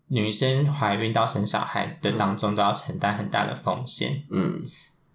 S3: 女生怀孕到生小孩的当中都要承担很大的风险，
S2: 嗯，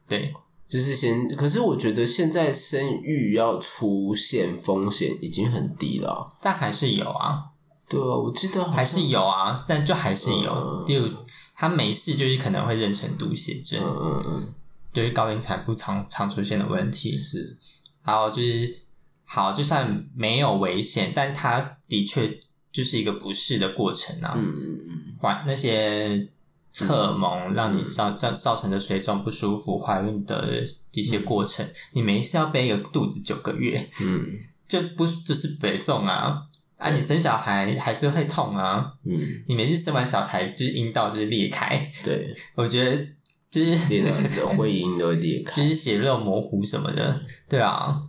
S3: 对，
S2: 就是先。可是我觉得现在生育要出现风险已经很低了啊、
S3: 但还是有啊，
S2: 对啊，我记得好像
S3: 还是有啊，但就还是有，
S2: 嗯
S3: 就她没事就是可能会妊娠毒血症，
S2: 嗯嗯嗯，
S3: 就是高龄产妇常常出现的问题，
S2: 是
S3: 还有就是好，就算没有危险，但她的确就是一个不适的过程啊，
S2: 嗯嗯嗯
S3: 怀那些荷尔蒙让你造造造成的水肿不舒服、怀孕的一些过程，你没事要背个肚子九个月，
S2: 嗯
S3: 就不就是北宋啊啊！你生小孩还是会痛啊，
S2: 嗯，
S3: 你每次生完小孩就是阴道就是裂开，
S2: 对，
S3: 我觉得就是
S2: 裂到你的会阴都会裂开
S3: 就。是血肉模糊什么的，对啊。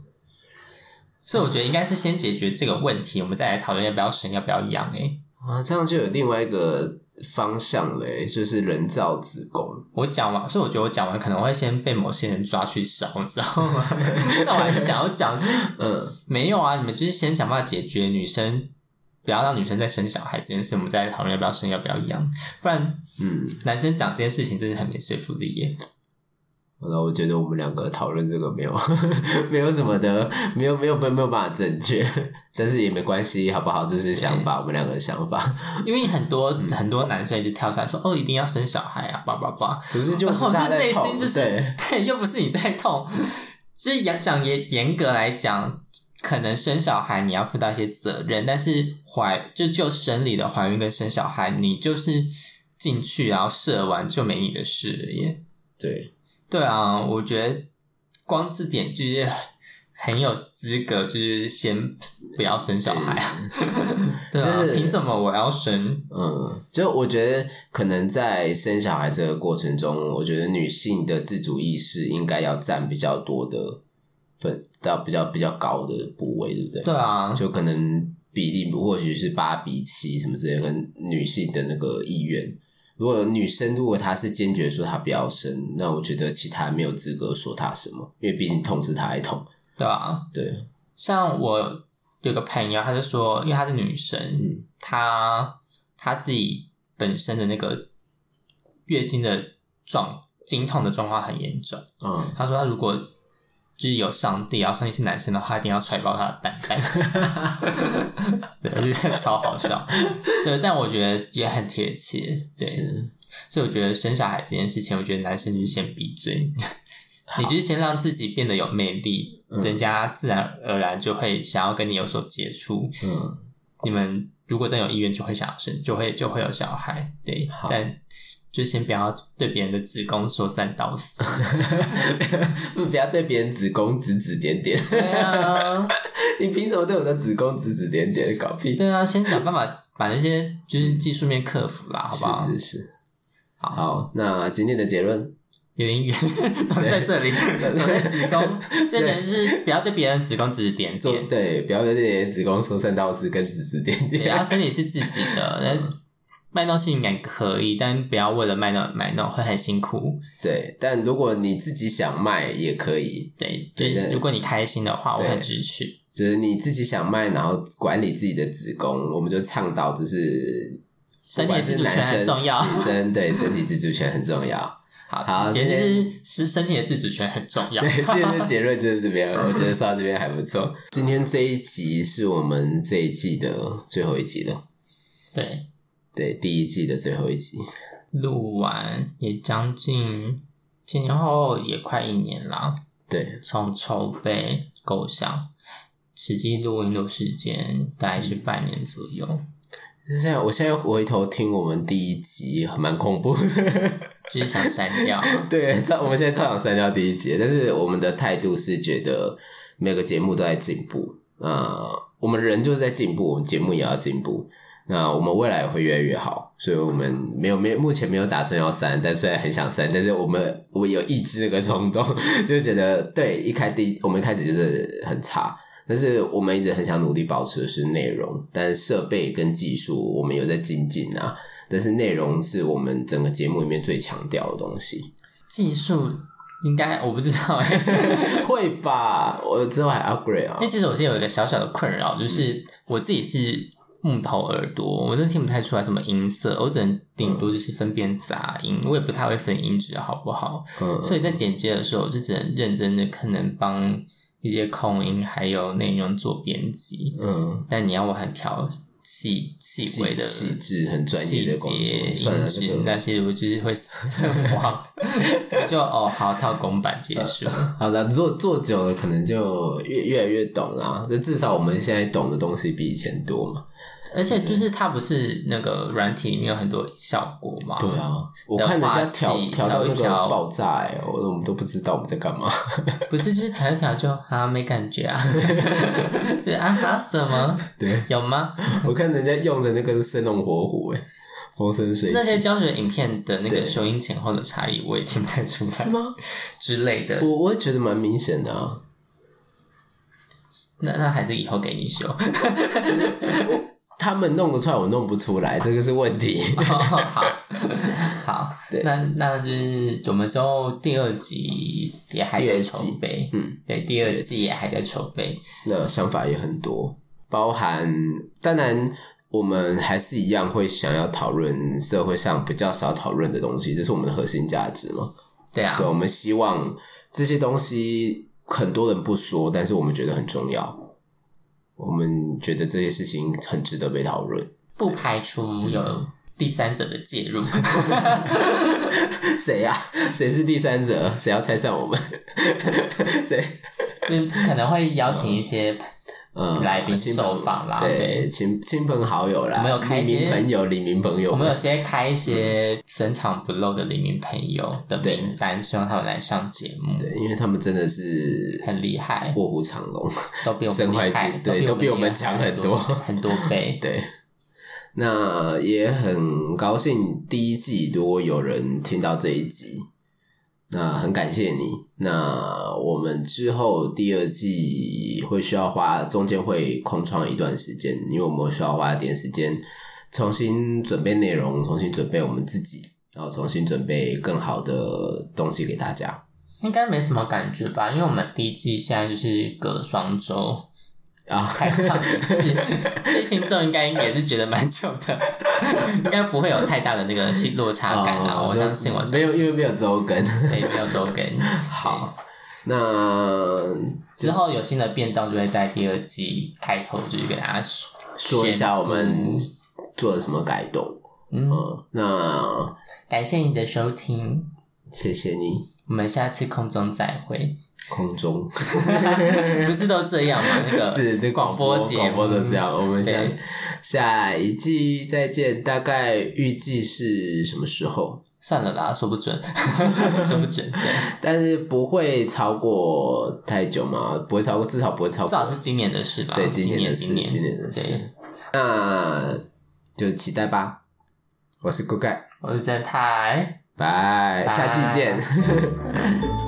S3: 所以我觉得应该是先解决这个问题，我们再来讨论要不要生、要不要养、欸。诶，
S2: 啊，这样就有另外一个方向嘞，就是人造子宫。
S3: 我讲完，所以我觉得我讲完可能会先被某些人抓去烧，你知道吗？ 那我很想要讲，就是
S2: 嗯，
S3: 没有啊，你们就是先想办法解决女生，不要让女生再生小孩这件事，我们再来讨论要不要生，要不要养，不然
S2: 嗯，
S3: 男生讲这件事情真的很没说服力耶。
S2: 好了，我觉得我们两个讨论这个没有 没有什么的，没有没有没有办法正确，但是也没关系，好不好？这是想法，我们两个的想法。
S3: 因为很多、很多男生一直跳出来说，哦，一定要生小孩啊，叭叭叭，
S2: 可是就
S3: 然
S2: 不
S3: 后
S2: 是
S3: 哦就
S2: 他
S3: 是
S2: 在
S3: 内
S2: 痛，
S3: 心就是
S2: 对，
S3: 对， 又不是你在痛。就是讲讲严严格来讲，可能生小孩你要负到一些责任，但是怀就就生理的怀孕跟生小孩，你就是进去然后射完就没你的事了耶。
S2: 对，
S3: 对啊，我觉得光这点就是很有资格，就是先不要生小孩啊。 对啊，
S2: 就是
S3: 凭什么我要生？
S2: 嗯，就我觉得可能在生小孩这个过程中，我觉得女性的自主意识应该要占比较多的分，到比较比较高的部位，对不对？
S3: 对啊，
S2: 就可能比例或许是八比七什么之类的，跟女性的那个意愿。如果女生如果她是坚决说她不要生，那我觉得其他没有资格说她什么，因为毕竟痛是她来痛。
S3: 对啊。
S2: 对，
S3: 像我有个朋友，他就说，因为她是女生，
S2: 嗯
S3: 她她自己本身的那个月经的状经痛的状况很严重。
S2: 嗯，
S3: 他说他如果就是有上帝，然啊后上帝是男生的话，他一定要踹爆他的蛋蛋。 对，我觉得超好笑。对，但我觉得也很贴切。对，
S2: 是，
S3: 所以我觉得生小孩这件事情，我觉得男生就是先闭嘴，你就是先让自己变得有魅力，
S2: 嗯
S3: 人家自然而然就会想要跟你有所接触。
S2: 嗯，
S3: 你们如果真有意愿，就会想要生，就会就会有小孩。对
S2: 好，
S3: 但就先不要对别人的子宫说三道四。
S2: 不要对别人子宫指指点点，
S3: 对啊。
S2: 你凭什么对我的子宫指指点点？搞屁！
S3: 对啊，先想办法把那些就是技术面克服啦，好不好？
S2: 是是是，
S3: 好
S2: 好，那今天的结论，
S3: 有 点远，怎么在这里？怎么在子宫？这简直是不要对别人子宫指指点
S2: 做
S3: 点，
S2: 对，不要对别人子宫说三道四跟指指点
S3: 对，
S2: 点。
S3: 然后身体是自己 的，那卖弄性感可以，但不要为了卖弄卖弄会很辛苦。
S2: 对，但如果你自己想卖也可以，
S3: 对
S2: 对
S3: 对，
S2: 对
S3: 如果你开心的话，我很
S2: 对
S3: 支持。
S2: 就是你自己想卖，然后管理自己的子宫，我们就倡导就是
S3: 身体的自主
S2: 不管
S3: 权
S2: 是男
S3: 很
S2: 生
S3: 重要。
S2: 女生对身体自主权很重要。好
S3: 好，简直就是是身体的自主权很重要。
S2: 对，今天的结论就是这边，我觉得说到这边还不错。今天这一集是我们这一季的最后一集了，
S3: 对，
S2: 对，第一季的最后一集。
S3: 录完也将近前前后后也快一年啦。
S2: 对，
S3: 从筹备构想，实际录音的时间大概是半年左右，
S2: 现在我现在回头听我们第一集，蛮恐怖。
S3: 就是想删 掉。
S2: 对，照我们现在照常删掉第一节，但是我们的态度是觉得每个节目都在进步，呃，我们人就是在进步，我们节目也要进步。那我们未来也会越来越好，所以我们没有没有目前没有打算要删，但虽然很想删，但是我们我有抑制那个冲动， 就觉得对一开第一我们一开始就是很差，但是我们一直很想努力保持的是内容，但是设备跟技术我们有在精进啊，但是内容是我们整个节目里面最强调的东西。
S3: 技术应该我不知道哎、欸，
S2: 会吧？我之后还 upgrade 啊
S3: 因为。其实我现在有一个小小的困扰，
S2: 嗯
S3: 就是我自己是木头耳朵，我真的听不太出来什么音色，我只能顶多就是分辨杂音，我也不太会分音质好不好。
S2: 嗯，
S3: 所以在剪接的时候，我就只能认真的可能帮一些空音还有内容做编辑。
S2: 嗯，
S3: 但你要我很调细细
S2: 细
S3: 微的
S2: 细致很专
S3: 细
S2: 业
S3: 节、
S2: 的工作，
S3: 音
S2: 算了，这
S3: 质
S2: 个
S3: 那些，我就是会 阵亡。就哦，好，套公版结束。
S2: 好了，做做久了可能就越越来越懂啦。那至少我们现在懂的东西比以前多嘛。
S3: 而且
S2: 嗯
S3: 就是它不是那个软体里面有很多效果嘛？
S2: 对啊，我看人
S3: 花
S2: 家
S3: 器
S2: 调调到
S3: 调一
S2: 那个
S3: 调
S2: 爆炸、欸，我我们都不知道我们在干嘛。
S3: 不是就是调一调就啊没感觉啊， 就是啊哈什么？
S2: 对，
S3: 有吗？
S2: 我看人家用的那个是生龙活虎、欸，哎，风生水
S3: 那
S2: 起。
S3: 些教学影片的那
S2: 对
S3: 个收音前后的差异，我也听不太出
S2: 是
S3: 来
S2: 吗？
S3: 之类的
S2: 我。我也觉得蛮明显的啊。
S3: 那那还是以后给你 修。
S2: 他们弄得出来，我弄不出来，这个是问题。
S3: 哦好，好，
S2: 对
S3: 那那就是我们之后第二集也还
S2: 第
S3: 在
S2: 二
S3: 筹
S2: 季
S3: 备，
S2: 嗯，
S3: 对，第二季也还在筹备，
S2: 那想法也很多，包含当然我们还是一样会想要讨论社会上比较少讨论的东西，这是我们的核心价值嘛？
S3: 对啊
S2: 对，，我们希望这些东西很多人不说，但是我们觉得很重要，我们觉得这些事情很值得被讨论。
S3: 不排除有
S2: 嗯
S3: 第三者的介入，
S2: 谁呀、啊 谁是第三者？ 谁要拆散我们？谁？
S3: 就是可能会邀请一些
S2: 嗯
S3: 来宾
S2: 亲
S3: 受
S2: 朋
S3: 访啦，
S2: 对，亲亲朋好友啦，
S3: 我们有开
S2: 黎
S3: 一些
S2: 明朋友、李明朋友
S3: 我
S2: 们，
S3: 们有些开一些深藏不露的黎明朋友的
S2: 对
S3: 名单，希望他们来上节目，
S2: 对，因为他们真的是
S3: 很厉害，
S2: 卧虎藏龙，
S3: 都比我们
S2: 身怀
S3: 厉害，
S2: 绝对都比我们
S3: 厉害
S2: 强很
S3: 多
S2: 多
S3: 很多倍。
S2: 对。那也很高兴第一季如果有人听到这一集，那很感谢你。那我们之后第二季会需要花中间会空窗一段时间，因为我们需要花一点时间重新准备内容，重新准备我们自己，然后重新准备更好的东西给大家。
S3: 应该没什么感觉吧，因为我们第一季现在就是隔双周
S2: 啊，
S3: 才上 一次，所以听众应该也是觉得蛮久的，应该不会有太大的那个心落差感啊。
S2: 哦
S3: 我
S2: 就
S3: 相信，我相
S2: 没有，
S3: 信
S2: 因为没有周更。
S3: 对，没有周更。
S2: 好，那
S3: 之后有新的变动，就会在第二季开头就是给大家说
S2: 说一下我们做了什么改动。
S3: 嗯
S2: 嗯，那
S3: 感谢你的收听，
S2: 谢谢你，
S3: 我们下次空中再会。
S2: 空中
S3: 不是都这样吗？那 个
S2: 是那
S3: 呃广
S2: 播
S3: 节
S2: 广
S3: 目嗯
S2: 播的这样。我们下
S3: 对
S2: 下一季再见，大概预计是什么时候？
S3: 算了啦，说不准， 说不准，对，
S2: 但是不会超过太久嘛，不会超过，至少不会超
S3: 至
S2: 过。
S3: 少是今年的事啦。
S2: 对，
S3: 今
S2: 今年的事，
S3: 今年
S2: 今年的事
S3: 对，。
S2: 那就期待吧。我是 Good Guy，
S3: 我是侦探。
S2: 拜，下季见。